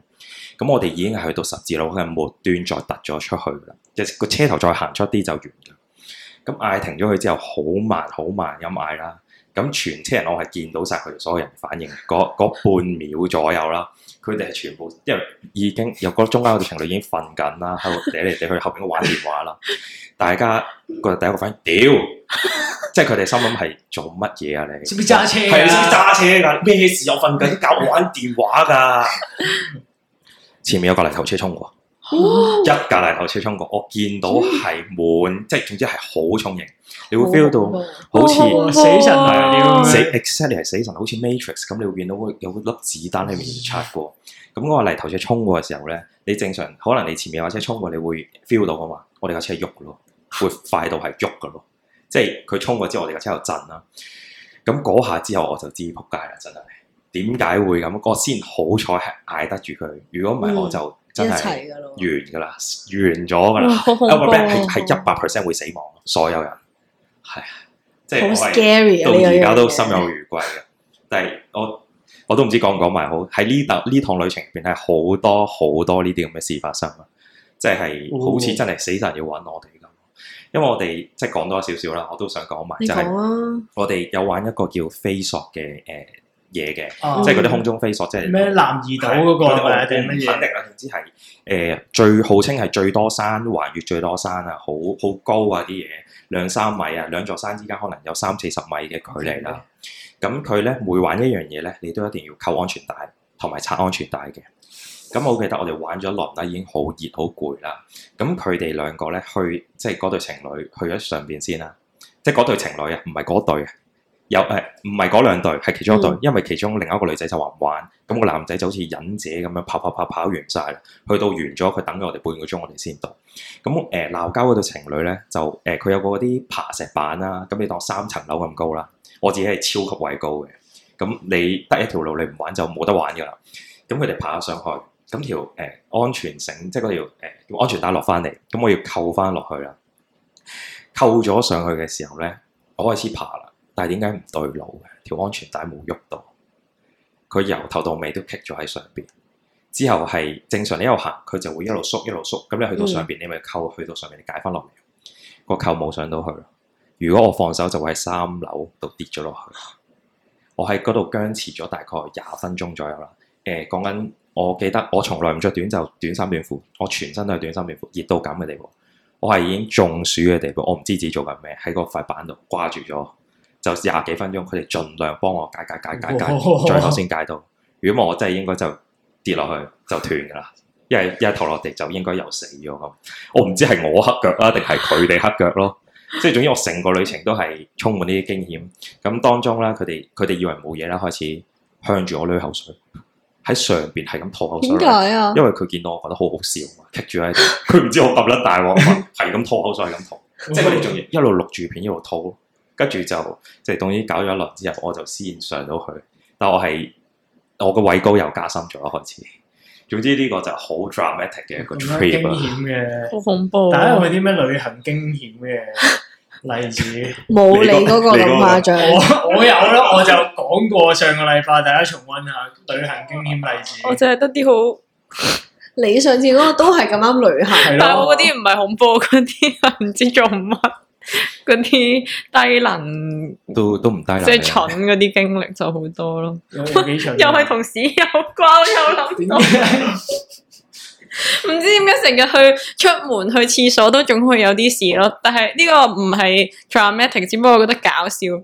Speaker 3: 咁我哋已經係去到十字路口嘅末端，再突咗出去啦。即係個車頭再行出啲就完㗎。咁嗌停咗佢之後，好慢好慢咁嗌啦。咁全車人我係見到晒佢哋所有人反應，嗰嗰半秒左右啦，佢哋係全部因為已經有個中間嗰對情侶已經瞓緊啦，喺度嗲嚟嗲去，後邊玩電話啦。大家個第一個反應，屌！ 即係佢哋心諗係做乜嘢啊你？
Speaker 4: 識唔識揸車
Speaker 3: 係你識
Speaker 4: 啊？
Speaker 3: 揸車㗎？咩事？我瞓緊覺，我玩電話㗎。前面有個泥頭車衝過，一架大頭車衝過，我見到係滿，即係總之係好重型，你會 feel 到
Speaker 1: 哦
Speaker 3: 好似
Speaker 2: 好恐怖
Speaker 4: 死神嚟
Speaker 2: 啊
Speaker 4: 了
Speaker 3: 死 exactly 係死神，好似 Matrix 咁，你會見到嗰有粒子彈喺面前擦過。咁嗰個泥頭車衝過嘅時候咧，你正常可能你前面有架車衝過，你會 feel 到噶嘛？我哋架車喐咯，會快到係喐噶咯，即係佢衝過之後，我哋架車又震啦。咁嗰下之後我就知仆街啦，真係點解會咁？我先好彩係捱得住佢，如果唔係我就
Speaker 1: 一
Speaker 3: 真係
Speaker 1: 齊噶咯。
Speaker 3: 完噶啦，完咗噶
Speaker 2: 哇
Speaker 3: 啦。
Speaker 2: 好恐怖
Speaker 3: Albert
Speaker 2: 啊
Speaker 3: Black 係係一百 percent 會死亡，所有人係啊即係
Speaker 1: 好
Speaker 3: 我係
Speaker 1: scary
Speaker 3: 到
Speaker 1: 啊！呢個
Speaker 3: 而家
Speaker 1: 樣
Speaker 3: 都
Speaker 1: 嘢
Speaker 3: 心有餘悸嘅。但係我我都唔知講唔講埋好。喺呢度呢趟旅程入邊係好多好多呢啲咁嘅事發生啊！即
Speaker 1: 哦
Speaker 3: 係好似真係死神要揾我哋咁。因為我哋即係講多少少啦，我都想講埋，
Speaker 1: 你
Speaker 3: 就係
Speaker 1: 講啊，
Speaker 3: 我哋有玩一個叫飛索嘅誒嘢嘅，
Speaker 1: 哦
Speaker 4: 啊
Speaker 3: 即係嗰啲空中飛索，即係
Speaker 4: 咩南怡島嗰個
Speaker 3: 係
Speaker 4: 係定乜
Speaker 3: 我
Speaker 4: 嘢？
Speaker 3: 唔肯定啦，啊總之係誒、最號稱係最多山，環越最多山啊，好好高啊啲嘢，兩三米啊，兩座山之間可能有三四十米嘅距離啦。
Speaker 4: 嗯
Speaker 3: 咁佢咧每玩一樣嘢咧，你都一定要扣安全帶同埋拆安全帶嘅。咁我記得我哋玩咗一輪啦，已經好熱好攰啦。咁佢哋兩個咧去即係嗰對情侶去咗上邊先啦，即係嗰對情侶啊，唔係嗰對啊。有誒，唔係嗰兩對，係其中一對，
Speaker 1: 嗯
Speaker 3: 因為其中另一個女仔就話唔玩，咁、個男仔就好似忍者咁樣跑跑跑跑完晒啦，去到完咗佢等咗我哋半個鐘，我哋先到。咁誒鬧交嗰對情侶咧，就誒佢、有個嗰啲爬石板啦，咁你當三層樓咁高啦，我自己係超級畏高嘅，咁你得一條路你唔玩就冇得玩噶啦。咁佢哋爬咗上去，咁條誒、安全繩即係嗰條誒、安全帶落翻嚟，咁我要扣翻落去啦。扣咗上去嘅時候咧，我開始爬啦，但係點解唔對路嘅？條安全帶冇喐到，佢由頭到尾都棘咗喺上邊。之後係正常你一路行，佢就會一路縮一路縮，咁你去到上邊，你咪扣去到上面，你解翻落嚟，個扣冇上到去咯。如果我放手，就會喺三樓度跌咗落去。我喺嗰度僵持咗大概廿分鐘左右啦。誒講緊，我記得我從來唔着短袖、短衫、短褲，我全身都係短衫、短褲，熱到咁嘅地步，我係已經中暑嘅地步，我唔知自己做緊咩，喺個塊板度掛住咗，就廿幾分鐘，佢哋盡量幫我解解解解解，
Speaker 4: 哇
Speaker 3: 最後先解到。如果唔係我真係應該就跌落去就斷㗎啦，一係一係頭落地就應該又死咗咁。我唔知係我黑腳啊，定係佢哋黑腳咯。即係總之，我成個旅程都係充滿呢啲驚險。咁當中啦，佢哋佢哋以為冇嘢啦，開始向住我濺口水，喺上邊係咁吐口水
Speaker 1: 點
Speaker 3: 落嚟。
Speaker 1: 解啊？
Speaker 3: 因為佢見到我覺得好好笑嘛，棘住喺度， 佢唔知我咁甩大鑊啊嘛，係咁吐口水，係咁吐，即係佢哋仲要一路錄住片一路吐，跟住就即係總之搞咗一輪之後，我就先上到去，但我係我個畏高又加深咗一開始。總之呢個就係好 dramatic 嘅一個
Speaker 4: 咁樣驚
Speaker 3: trip 啊，
Speaker 4: 險嘅，
Speaker 2: 好恐怖啊。
Speaker 4: 大家有冇啲咩旅行驚險 嘅例子？
Speaker 1: 啊冇
Speaker 3: 你
Speaker 1: 你
Speaker 3: 嗰
Speaker 1: 嗰個
Speaker 3: 你嗰
Speaker 1: 咁
Speaker 3: 個
Speaker 1: 誇張，
Speaker 4: 我我有啦，我就講過上個禮拜，大家重温下旅行經驗例子。
Speaker 2: 我淨係得啲好，
Speaker 1: 你上次嗰個都係咁啱旅行，
Speaker 4: 係
Speaker 2: 但係我
Speaker 4: 咯
Speaker 2: 嗰，啲唔係恐怖，嗰啲係唔知做乜，嗰啲低能
Speaker 3: 都都唔低啦。
Speaker 2: 即係蠢嗰啲經歷就好多咯。
Speaker 4: 有有幾啊場
Speaker 2: 又係同屎有關，我又諗
Speaker 4: 點
Speaker 2: 到，
Speaker 4: 解？
Speaker 2: 唔知點解成日去出門去廁所都總會有啲事咯。但係呢個唔係 dramatic，只不過我覺得搞笑。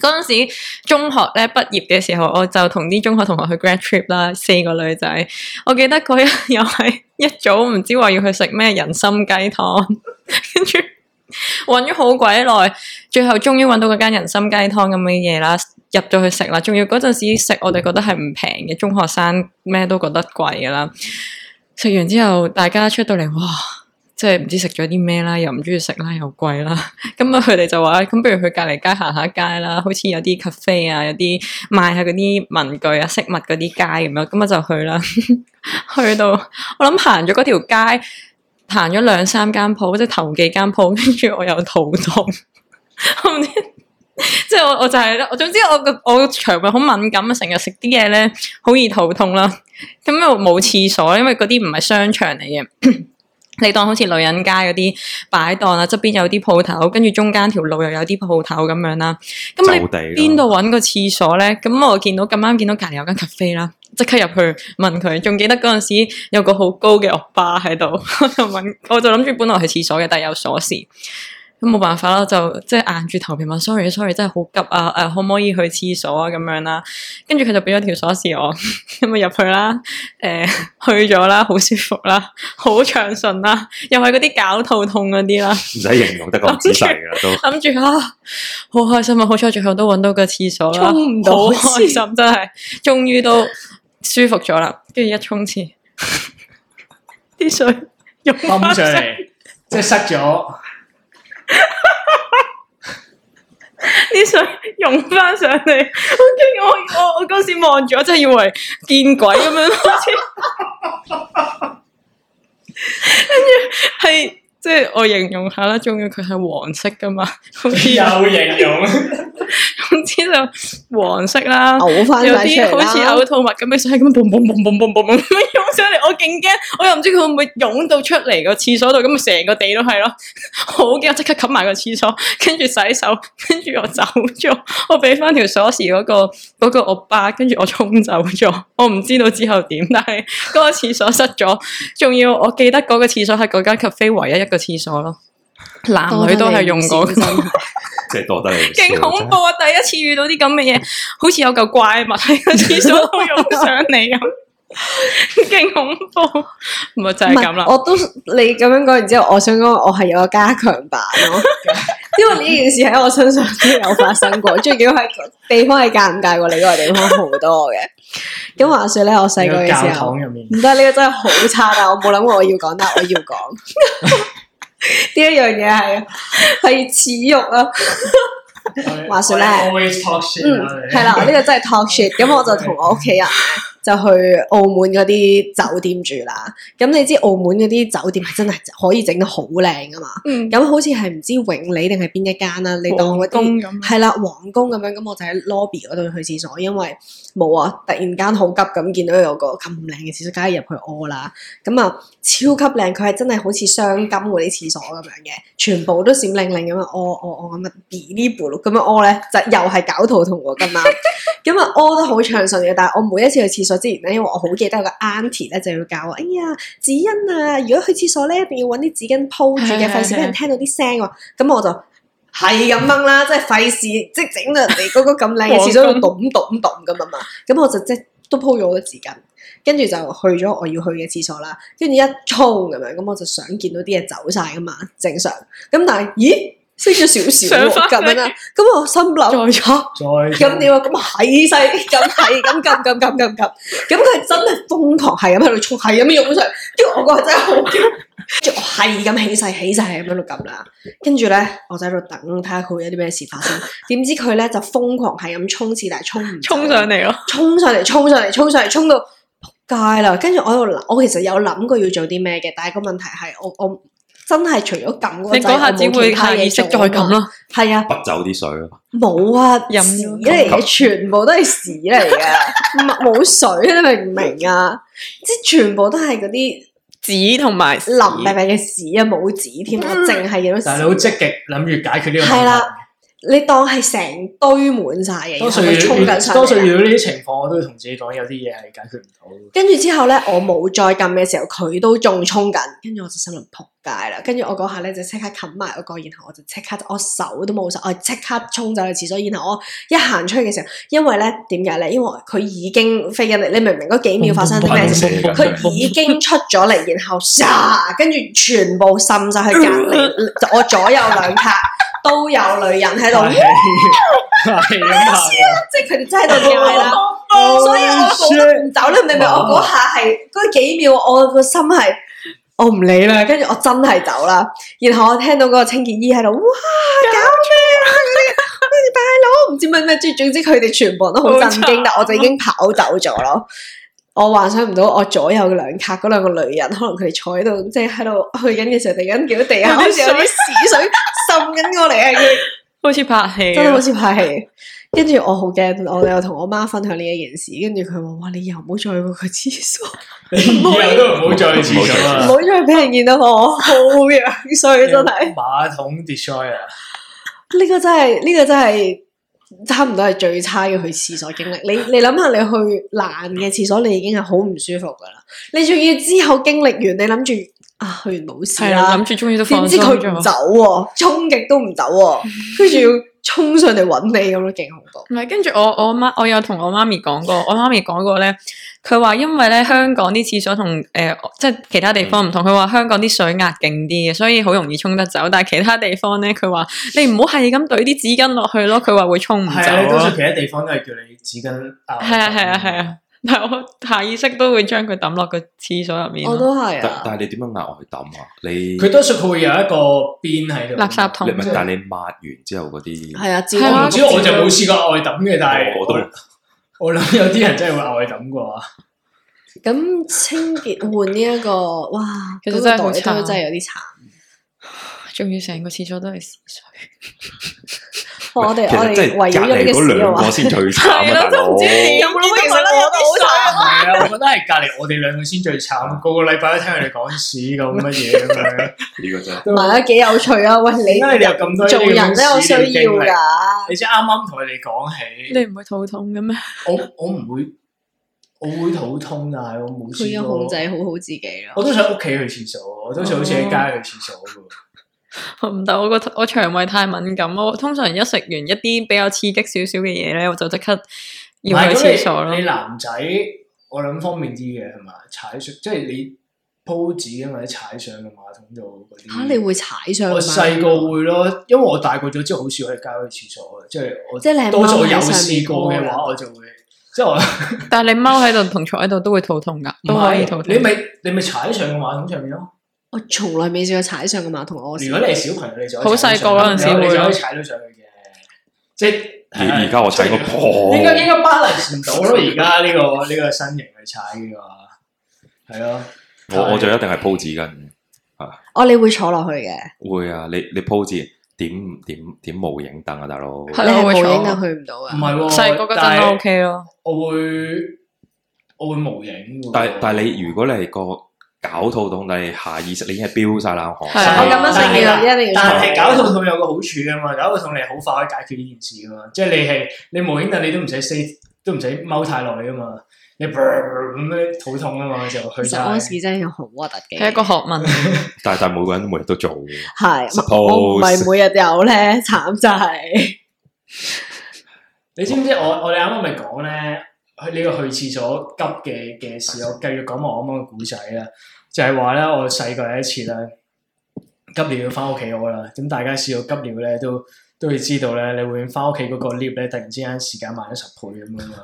Speaker 2: 嗰陣時中學咧畢業嘅時候，我就同啲中學同學去 grad trip 啦，四個女仔。我記得嗰日又係一早唔知話要去食咩人參雞湯， 跟住揾咗好鬼耐，最後終於揾到嗰間人參雞湯咁嘅嘢啦，入咗去食啦。仲要嗰陣時食，我哋覺得係唔平嘅，中學生咩都覺得貴噶啦。食完之後，大家出到嚟，哇！即係唔知食咗啲咩啦，又唔中意食啦，又貴啦。 咁啊，佢哋就話：咁不如去隔離街行下街啦，好似有啲 cafe 啊，有啲賣下嗰啲文具啊、飾物嗰啲街咁樣。咁我啊就去啦。 去到我諗行咗嗰條街，行咗兩三間鋪，即係頭幾間鋪，跟住我又肚痛。 我唔知，即係我我就係、咧，我總之我個我個腸胃好敏感啊，成日食啲嘢咧好易肚痛啦。咁又冇廁所，因為嗰啲唔係商場嚟嘅。 你當好似女人街嗰啲擺檔啊，側邊有啲鋪頭，跟住中間條路又有啲鋪頭咁樣啦。咁你
Speaker 3: 就地啦
Speaker 2: 邊度揾個廁所咧？咁我見到咁啱見到隔離有間 cafe 啦，即刻入去問佢。仲記得嗰陣時有個好高嘅惡霸喺度，我就問，我就諗住本來係廁所嘅，但係有鎖匙。咁冇辦法啦，就即係硬住頭皮問 sorry sorry，真係好急啊！誒、可唔可以去廁所啊？咁樣啦，跟住佢就俾咗條鎖匙我，咁咪入去啦。誒、呃去咗啦，好舒服啦， 好暢順啦，又係嗰啲搞肚痛嗰啲啦。
Speaker 3: 唔使形容得咁仔細噶啦都。
Speaker 2: 諗住啊，好開心啊！好彩最後都揾到個廁所啦，
Speaker 1: 沖唔到
Speaker 2: 好開心真係，終於都舒服咗啦。跟住一沖廁，啲水用
Speaker 4: 泵上嚟，即係塞咗，
Speaker 2: 啲水湧翻上嚟，跟住我我我嗰時望住，我真係以為見鬼咁樣，好似跟住係即係我形容下啦，仲要佢係黃色噶嘛，好似
Speaker 4: 又形容，
Speaker 2: 總之就黃色啦。
Speaker 1: 嘔翻
Speaker 2: 有
Speaker 1: 晒出
Speaker 2: 啲
Speaker 1: 嚟
Speaker 2: 好似
Speaker 1: 啦
Speaker 2: 嘔。吐物咁嘅水咁嘣嘣嘣嘣嘣嘣嘣咁樣湧上嚟，我勁驚，我又唔知佢會唔會湧到出嚟個廁所度，咁咪成個地都係咯， 好驚！我即刻冚埋個廁所，跟住洗手，跟住我走咗，我俾翻條鎖匙嗰、個嗰、個惡霸，跟住我衝走咗，我唔知道之後點，但係嗰個廁所塞咗，仲要我記得嗰個廁所係嗰間 cafe 唯一一個廁所咯，男女都係用嗰、個。
Speaker 3: 即係多得你唔少
Speaker 2: 勁恐怖啊！第一次遇到啲咁嘅嘢，好似有嚿怪物喺個廁所度湧上嚟咁， 勁恐怖，咪就
Speaker 1: 唔
Speaker 2: 係咁
Speaker 1: 係，
Speaker 2: 啦。
Speaker 1: 我都你咁樣講完之後，我想講我係有個加強版 咯，因為呢件事喺我身上都有發生過， 最緊要係地方係尷尬過你嗰個地方好多 嘅。咁話說咧，我細個
Speaker 4: 喺個
Speaker 1: 嘅
Speaker 4: 教
Speaker 1: 時候
Speaker 4: 堂，入面
Speaker 1: 唔。得呢個真係好差，但係我冇諗過我要講，但係我要講 呢一樣嘢係係恥辱啊！話說咧
Speaker 4: ，always talk shit
Speaker 1: 嗯，係啦，我呢個真係 talk shit。咁我就同我屋企人咧，就去澳門嗰啲酒店住啦。咁你知澳門嗰啲酒店係真係可以整得好靚噶嘛？
Speaker 2: 嗯，
Speaker 1: 咁好似係唔知永利定係邊一間啦？你當嗰啲
Speaker 2: 宮咁，
Speaker 1: 係啦，皇宮咁樣。咁我就喺 lobby 嗰度去廁所，因為冇啊，突然間好急咁見到有個咁靚嘅廁所，梗係入去屙啦。咁啊，超級靚，佢係真係好似雙金嗰啲廁所咁樣嘅，全部都閃靈靈咁樣屙屙屙咁樣啊嗶哩咕嚕咁樣屙咧，就又係搞肚痛喎今晚。咁啊屙得好暢順嘅，但係我每一次去廁所之前咧，因為我好記得有個 auntie 咧就要教我，哎呀紙巾啊，如果去廁所咧一定要揾啲紙巾鋪住嘅，
Speaker 2: 係
Speaker 1: 費事俾
Speaker 2: 係
Speaker 1: 人聽到啲聲喎。咁我就係咁掹啦，即係費事即係整到人哋嗰個咁靚嘅 廁所度咚咚咚咁啊嘛。咁我就即係都鋪咗好多紙巾。跟住就去咗我要去嘅廁所啦，跟住一衝咁樣，咁我就想見到啲嘢走晒噶嘛，正常。咁但係，咦，升咗少少
Speaker 2: 上
Speaker 1: 喎
Speaker 2: 返
Speaker 1: 咁樣啦，咁我心諗
Speaker 2: 再錯，
Speaker 4: 再
Speaker 1: 咁點啊？咁係細啲咁係咁撳撳撳撳撳，咁佢真係瘋狂係咁喺度衝，係咁用上，跟住我個真係好驚，跟住我係咁起勢起勢係咁喺度撳啦，跟住咧我就喺度等睇下佢有啲咩事發生，點知佢咧就瘋狂係咁衝刺，但係衝唔走
Speaker 2: 衝上嚟咯，
Speaker 1: 衝上嚟，衝上嚟，衝上嚟，衝到仆街啦！跟住我喺度諗，我其實有諗過要做啲咩嘅，但係個問題係我我真係除咗撳嗰個
Speaker 2: 你嗰下只
Speaker 1: 掣，我冇
Speaker 2: 會
Speaker 1: 其他
Speaker 2: 下意
Speaker 1: 嘢
Speaker 2: 識
Speaker 1: 做
Speaker 2: 再撳。咯。
Speaker 1: 係啊，
Speaker 3: 不走啲水咯，
Speaker 1: 冇啊，
Speaker 2: 飲咗
Speaker 1: 屎嚟嘅，全部都係屎嚟嘅，唔冇水，你明唔明啊？即係全部都係嗰啲
Speaker 2: 紙同埋
Speaker 1: 淋病病嘅屎啊，冇紙添，我淨係見到
Speaker 4: 但係你好
Speaker 1: 屎。
Speaker 4: 積極諗住解決呢個問題。
Speaker 1: 係啦你當係成堆滿晒嘅，然後
Speaker 4: 多數
Speaker 1: 佢衝
Speaker 4: 遇
Speaker 1: 緊上
Speaker 4: 多數
Speaker 1: 嚟啦啊
Speaker 4: 遇到呢啲情況，我都會同自己講，有啲嘢係解決唔到嘅。
Speaker 1: 跟住之後咧，我冇再撳嘅時候，佢都仲衝緊，跟住我就心諗仆街啦。跟住我嗰下咧就即刻冚埋嗰個，然後我就即刻我手都冇手，我即刻衝走去廁所。然後我一行出去嘅時候，因為咧點解咧？因為佢已經飛緊嚟，你明唔明嗰幾秒發生啲咩事？佢已經出咗嚟，然後唰，跟住全部滲晒去隔 離，我左右兩拍都有女人喺度，
Speaker 4: 係咁啊！Oh,
Speaker 1: 即係佢哋真 係喺度嗌啦。哦所以我冇得唔走，你明唔明？我嗰下係嗰幾秒，我個心係我唔理啦，跟住我真係走啦。然後我聽到嗰個清潔醫喺度，哇，搞咩啊？大佬唔知乜乜，之總之佢哋全部人都好震
Speaker 2: 好慘
Speaker 1: 驚，但我就已經跑走咗咯。我幻想唔到我左右兩格嗰兩個女人，可能佢哋坐喺度，即係喺度去緊嘅時候，突然間見到地下
Speaker 2: 有啲
Speaker 1: 好似有啲
Speaker 2: 水
Speaker 1: 屎水滲緊過嚟啊！佢
Speaker 2: 好似拍戲
Speaker 1: 真係
Speaker 2: 啊，
Speaker 1: 好似拍戲。跟住我好驚，我又同我媽分享呢一件事，跟住佢話：哇，你又唔好再去嗰個廁所，
Speaker 4: 以後都唔好再去廁所
Speaker 1: 唔
Speaker 2: 啊
Speaker 4: 啦。
Speaker 1: 好再俾人見到我，好樣衰，真係。
Speaker 2: 啊
Speaker 4: 馬桶 destroyer，啊
Speaker 1: 呢個真係，呢、個真係差唔多係最差嘅去廁所經歷。你你諗下，你去爛嘅廁所，你已經係好唔舒服噶啦。你仲要之後經歷完，你諗住啊，去完冇事
Speaker 2: 係啦，
Speaker 1: 啦
Speaker 2: 諗。住終於都
Speaker 1: 點
Speaker 2: 放
Speaker 1: 知
Speaker 2: 鬆
Speaker 1: 佢唔走
Speaker 2: 咗。
Speaker 1: 喎、衝極都唔走喎、 跟住要衝上嚟揾你咁咯，勁恐怖。
Speaker 2: 唔係，跟住我我媽，我有同我媽咪講過，我媽咪講過咧，佢話因為咧香港啲廁所同誒、呃即係其他地方唔
Speaker 4: 嗯
Speaker 2: 同，佢話香港啲水壓勁啲嘅，所以好容易沖得走。但係其他地方咧，佢話你唔好係咁懟啲紙巾落去咯，佢話會沖唔走
Speaker 4: 係啊，你多數
Speaker 2: 咯。
Speaker 4: 其他地方都係叫你紙巾啊。
Speaker 2: 係啊係啊係啊，但係我下意識都會將佢抌落個廁所入面
Speaker 1: 我
Speaker 2: 咯，
Speaker 1: 都係
Speaker 3: 但
Speaker 1: 啊，
Speaker 3: 但係你點樣額外抌啊？你
Speaker 4: 佢多數佢會有一個邊喺度。
Speaker 2: 垃圾桶
Speaker 3: 你咪但係你抹完之後嗰啲，
Speaker 1: 係啊，照
Speaker 2: 係
Speaker 4: 我
Speaker 2: 啊
Speaker 4: 唔知，我就冇試過外抌嘅，但係
Speaker 3: 我都冇
Speaker 4: 我諗有啲人真係會額外抌啩。
Speaker 1: 咁清潔換呢、一個，哇，
Speaker 2: 其實
Speaker 1: 嗰個
Speaker 2: 真係好
Speaker 1: 袋
Speaker 2: 慘
Speaker 1: 都真係有啲慘。
Speaker 2: 仲要成個廁所都係屎水。
Speaker 1: 哇我哋
Speaker 3: 其
Speaker 1: 我
Speaker 3: 實
Speaker 1: 哋
Speaker 3: 即係
Speaker 1: 圍繞
Speaker 3: 隔
Speaker 1: 咗呢
Speaker 3: 離
Speaker 1: 個事
Speaker 3: 嗰兩
Speaker 1: 啊
Speaker 3: 個先最慘
Speaker 2: 係
Speaker 3: 啊，
Speaker 2: 咯
Speaker 3: 大
Speaker 2: 都
Speaker 3: 佬
Speaker 2: 唔知點
Speaker 1: 有冇諗
Speaker 2: 其實
Speaker 1: 過咧
Speaker 2: 我都
Speaker 1: 有啲
Speaker 2: 好
Speaker 1: 想
Speaker 4: 係啊，我覺得係隔離我哋兩個先最慘，個個禮拜都聽佢哋講屎咁乜嘢 咁樣。
Speaker 3: 呢個真係。
Speaker 1: 嘛，係啊，幾有趣啊！喂，
Speaker 4: 點解你哋
Speaker 1: 你
Speaker 4: 有咁多呢啲
Speaker 1: 做人都有需
Speaker 4: 咁屎嘅經
Speaker 1: 要
Speaker 4: 歷
Speaker 1: 㗎。
Speaker 4: 你知啱啱同佢哋講起，
Speaker 2: 你唔會肚痛嘅咩？
Speaker 4: 我我唔會，我會肚痛，但係我冇
Speaker 1: 佢
Speaker 4: 試
Speaker 1: 要
Speaker 4: 過
Speaker 1: 控制好好自己
Speaker 4: 我
Speaker 1: 咯。
Speaker 4: 都想屋企去廁所，我都想好似喺街去廁所噶。
Speaker 2: 我 唔得，我個我腸胃太敏感，我通常一食完一啲比較刺激少少嘅嘢咧，我就即刻要去廁所
Speaker 4: 唔係咁
Speaker 2: 咯
Speaker 4: 你。你男仔，我諗方便啲嘅係嘛？踩上即係你鋪紙或者踩上個馬桶度嗰啲。
Speaker 1: 嚇，你會踩上
Speaker 4: 我
Speaker 1: 去嘛
Speaker 4: 細個會咯，因為我大個咗之後好少喺街去廁所嘅，即係我
Speaker 1: 即係你係
Speaker 4: 多數
Speaker 1: 踎
Speaker 4: 有
Speaker 1: 喺上
Speaker 4: 試
Speaker 1: 面
Speaker 4: 過嘅話，我就會即係我
Speaker 2: 但係你踎喺度同坐喺度都會肚痛噶，都
Speaker 4: 唔
Speaker 2: 可以肚
Speaker 4: 係
Speaker 2: 痛。
Speaker 4: 你咪你咪踩上個馬桶上面咯。
Speaker 1: 我從來未試過踩上個馬桶屙屎
Speaker 4: 如。果你係小朋友，你就可以
Speaker 2: 好細個嗰陣時會咯
Speaker 4: 你就可以踩到上去嘅，即係
Speaker 3: 而而家我踩個
Speaker 4: 應該
Speaker 3: 破，
Speaker 4: 應該 balance 唔到咯，而家呢個呢個身形去踩嘅話，係咯，
Speaker 3: 我我就一定係鋪紙巾。
Speaker 1: 哦，你會坐落去嘅，
Speaker 3: 會啊，你你鋪紙點點點無影凳啊，大佬。
Speaker 1: 你
Speaker 2: 係
Speaker 1: 係
Speaker 2: 我會
Speaker 1: 冇
Speaker 2: 坐
Speaker 1: 影嘅，去唔到
Speaker 4: 唔
Speaker 1: 啊。
Speaker 4: 係喎，
Speaker 2: 細個嗰陣
Speaker 4: 但
Speaker 2: 都
Speaker 4: 係
Speaker 2: OK 咯，
Speaker 4: 我會我會模型喎，
Speaker 3: 但係但係你如果你係個搞肚痛，但係下意識你已經係飆晒冷汗。
Speaker 2: 係
Speaker 1: 啊我咁樣食嘢一定要
Speaker 4: 但係
Speaker 1: 坐
Speaker 4: 搞肚痛有個好處噶嘛，搞肚痛你好快可以解決呢件事啊噶嘛，即係你係你無影凳你都唔使 stay 都唔使踎太耐噶啊嘛，你咁樣肚痛啊嘛就去
Speaker 1: 其實
Speaker 4: 晒。
Speaker 1: 屙屎真係好核突嘅。
Speaker 2: 係一個學 問。
Speaker 3: 但係但係每個人都每日都做嘅。
Speaker 1: 係，
Speaker 3: Suppose
Speaker 1: 我唔係每日有咧，慘就係。
Speaker 4: 你知唔知我我哋啱啱咪講咧，去呢個去廁所急嘅嘅事，我繼續講埋我啱啱嘅故仔啦，就係話咧，我細個有一次咧，急尿要翻屋企屙啦，咁大家試過急尿咧都都會知道咧，你會翻屋企嗰個 lift 咧，突然之間時間慢咗十倍咁樣嘛，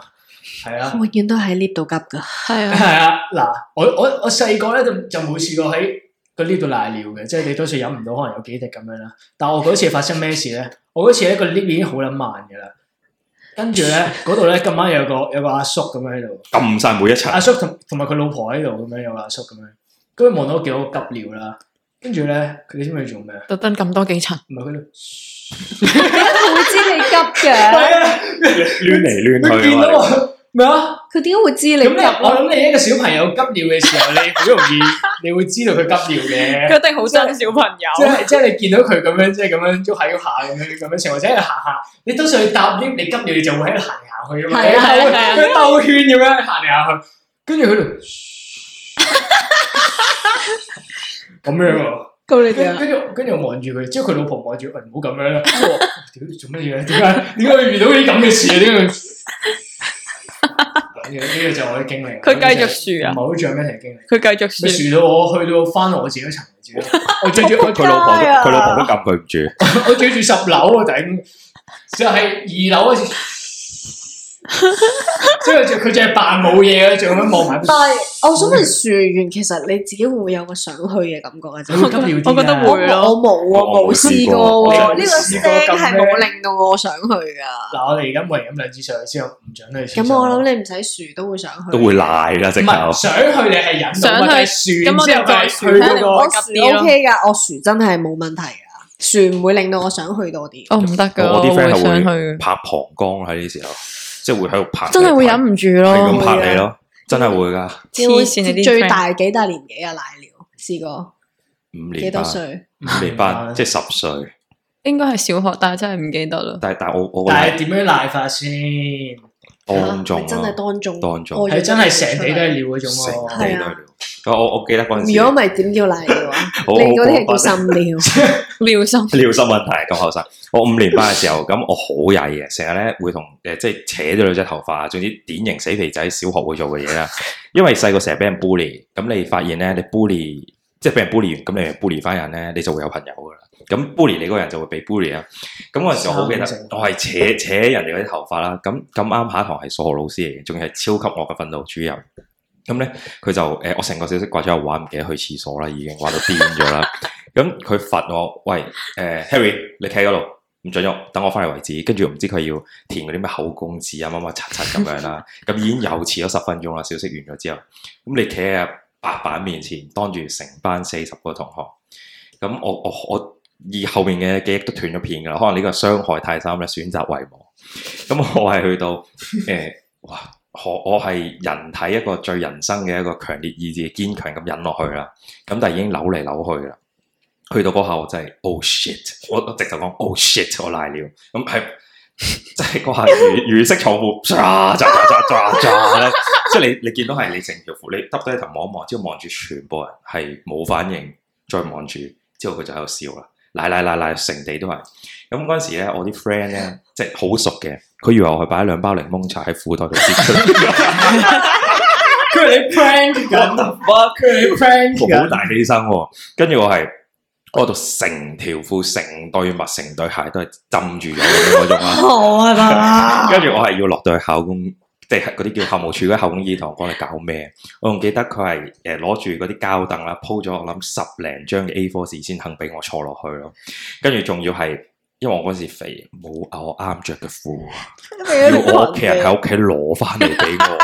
Speaker 4: 係啊
Speaker 1: 我。永遠都喺 lift 度急㗎。
Speaker 2: 係啊，
Speaker 4: 係啊，嗱，我我我細個咧就就冇試過喺個 lift 度瀨尿嘅，即係你多數飲唔到，可能有幾滴咁樣啦。但我嗰次發生咩事咧？我嗰次咧個 lift 已經好撚慢嘅啦，跟住咧嗰度咧咁啱有個有個阿叔咁樣喺度，
Speaker 3: 撳晒每一層
Speaker 4: 阿，叔同同埋佢老婆喺度咁樣，有個阿叔咁樣，跟住望到我見我急尿啦，跟住咧佢哋知唔知佢做咩啊？
Speaker 2: 特登咁多幾層，
Speaker 4: 唔係佢喺度
Speaker 1: 佢會知你急 嘅，
Speaker 4: 係啊，
Speaker 3: 攣
Speaker 4: 佢
Speaker 3: 嚟攣去
Speaker 4: 見
Speaker 3: 啊
Speaker 4: 到
Speaker 3: 嘛。
Speaker 4: 我 咩啊？
Speaker 1: 佢點解會知你
Speaker 4: 咁你
Speaker 1: 急
Speaker 4: 我
Speaker 1: 咯？
Speaker 4: 諗你一個小朋友急尿嘅時候，你好容易你會知道佢急尿 嘅。
Speaker 2: 佢一定好憎小朋
Speaker 4: 即
Speaker 2: 友。
Speaker 4: 係即係你見到佢咁樣，即係咁樣喐下喐下咁樣咁樣成，或者喺度行下，你都上去搭 lift，你急尿你就會喺度行嚟行去咁嘛，
Speaker 1: 係啊
Speaker 4: 你兜
Speaker 2: 係啊
Speaker 4: 佢兜圈咁樣行嚟行去，跟住佢度 咁樣喎。
Speaker 1: 咁你點啊？
Speaker 4: 跟跟住跟住我望住佢，之後佢老婆望住佢，喂唔好咁樣啦。跟住我屌你做乜嘢？點解點解會遇到呢啲咁嘅事啊？點解會？呢個呢個就係我嘅經歷啦。
Speaker 2: 佢繼續樹啊
Speaker 4: 唔係好像咩嘅經歷，
Speaker 2: 佢繼續
Speaker 4: 咪
Speaker 2: 説，
Speaker 4: 樹到我去到翻我自己層嚟 住。我最住我
Speaker 3: 佢老婆都
Speaker 1: 街啊
Speaker 3: 佢老婆都撳佢唔住，
Speaker 4: 我住住十樓啊頂，就係二樓嗰時，之後就佢就係扮冇嘢啊，仲咁樣望埋。
Speaker 1: 但係我想問樹完，其實你自己會唔會有個想去嘅感覺啊嘅
Speaker 4: 你
Speaker 1: 啫？
Speaker 4: 會急
Speaker 3: 啊
Speaker 4: 尿啲
Speaker 2: 我覺得
Speaker 1: 我
Speaker 2: 會咯。
Speaker 1: 我冇啊，
Speaker 3: 我
Speaker 1: 冇
Speaker 3: 冇
Speaker 1: 試
Speaker 3: 試過
Speaker 1: 過
Speaker 4: 我
Speaker 1: 喎，
Speaker 4: 就
Speaker 1: 呢個聲
Speaker 4: 試過咁
Speaker 1: 係冇
Speaker 4: 樣
Speaker 1: 令到我想去㗎。
Speaker 4: 嗱，我哋而家每人飲兩支水之後，唔准去廁
Speaker 1: 咁
Speaker 4: 所。
Speaker 1: 我諗你唔使樹都會想去，
Speaker 3: 都會賴啦直
Speaker 4: 唔係
Speaker 3: 頭。
Speaker 4: 想去，你係忍
Speaker 2: 想
Speaker 4: 到，
Speaker 2: 去
Speaker 4: 但係樹
Speaker 2: 咁我哋再樹
Speaker 4: 之後佢係去
Speaker 2: 睇你
Speaker 4: 嗰
Speaker 2: 冇
Speaker 4: 個
Speaker 1: 我
Speaker 2: 急
Speaker 1: 樹
Speaker 2: 啲咯
Speaker 1: OK 噶，我樹真係冇問題噶，樹唔會令到我想去多啲。
Speaker 2: 我哦唔得噶，
Speaker 3: 我
Speaker 2: 我
Speaker 3: 啲
Speaker 2: 會
Speaker 3: friend 係
Speaker 2: 想
Speaker 3: 會
Speaker 2: 去，
Speaker 3: 拍膀胱喺呢時候，即係會喺度拍你，
Speaker 2: 真係會
Speaker 3: 拍
Speaker 2: 忍唔住
Speaker 3: 係
Speaker 2: 咯。
Speaker 3: 咁拍你咯，真係會噶。
Speaker 2: 黐線你啲
Speaker 1: 最
Speaker 2: friend
Speaker 1: 大幾大年紀啊？瀨尿試過
Speaker 3: 五
Speaker 1: 幾
Speaker 3: 年
Speaker 1: 多
Speaker 3: 班，
Speaker 1: 歲？
Speaker 3: 五年班即係十歲。
Speaker 2: 應該係小學，但係真係唔記得啦。
Speaker 3: 但係但係我我個
Speaker 4: 但
Speaker 3: 奶
Speaker 4: 係點樣賴法先？
Speaker 3: 當
Speaker 1: 嚇
Speaker 3: 眾啊
Speaker 1: 咪真係當眾，
Speaker 3: 當眾
Speaker 1: 我以為
Speaker 4: 係真係成地
Speaker 1: 出
Speaker 4: 都係
Speaker 1: 嚟
Speaker 4: 尿嗰種
Speaker 3: 成
Speaker 4: 喎。
Speaker 3: 地都係尿。咁我我記得嗰陣時，
Speaker 1: 如果唔係點叫瀨 尿啊？
Speaker 3: 我
Speaker 1: 你嗰啲係
Speaker 3: 我
Speaker 1: 叫滲尿，
Speaker 2: 尿心
Speaker 3: 尿心問題咁後生。我五年班嘅時候，咁我好曳嘅，成日咧會同誒即係扯咗女仔頭髮，總之典型死肥仔小學會做嘅嘢啦。因為細個成日俾人 bully，咁你發現咧你 bully 即係俾人 bully 完，咁你 bully 翻人咧，你就會有朋友噶啦。咁 bully 你嗰個人就會被 bully 啦。咁嗰陣時我好記得
Speaker 4: 生性，
Speaker 3: 我係扯扯人哋嗰啲頭髮啦。咁咁啱下一堂係數學老師嚟嘅，仲要係超級惡嘅訓導主任。咁咧佢就誒、呃我成個小息掛咗喺度玩，唔記得去廁所啦，已經玩到癲咗啦。咁佢罰我，喂，誒、Harry，你企喺嗰度，唔准喐，等我翻嚟為止。跟住唔知佢要填嗰啲咩口供紙啊，乜乜柒柒咁樣啦。咁已經又遲咗十分鐘啦，小息完咗之後，咁你企喺白板面前，當住成班四十個同學，咁我我我以後面嘅記憶都斷咗片噶啦，可能呢個傷害太深咧，選擇遺忘。咁我係去到誒、哇！我我係人體一個最人生嘅一個強烈意志，堅強咁忍落去啦。咁但係已經扭嚟扭去啦。去到嗰下我真係 oh shit，我我直頭講 oh shit，我瀨尿，咁係 即係嗰下如如釋重負，唰唰唰唰唰咧，即係你你見到係你成條褲，你耷低頭望一望，之後望住全部人係冇反應，再望住之後佢就喺度笑啦，瀨瀨瀨瀨成地都係。咁嗰陣時咧，我啲 friend 咧即係好熟嘅，佢以為我係擺咗兩包檸檬茶喺褲袋度跌出嚟，
Speaker 4: 佢哋 prank 緊，佢哋 prank
Speaker 3: 好
Speaker 4: 緊，
Speaker 3: 大犧牲喎、跟住我係我度成條褲、成對襪、成對鞋都係浸住咗嘅嗰 種啦。
Speaker 1: 好啊爸
Speaker 3: 跟住我係要落到去校工，即係嗰啲叫校務處嗰啲校工衣堂講嚟搞咩？我仲記得佢係誒攞住嗰啲膠凳啦，鋪咗我諗十零張嘅 A4 紙先肯俾我坐落去咯。跟住仲要係因為我嗰時肥，冇我啱着嘅褲，要我屋企人喺屋企攞翻嚟俾我。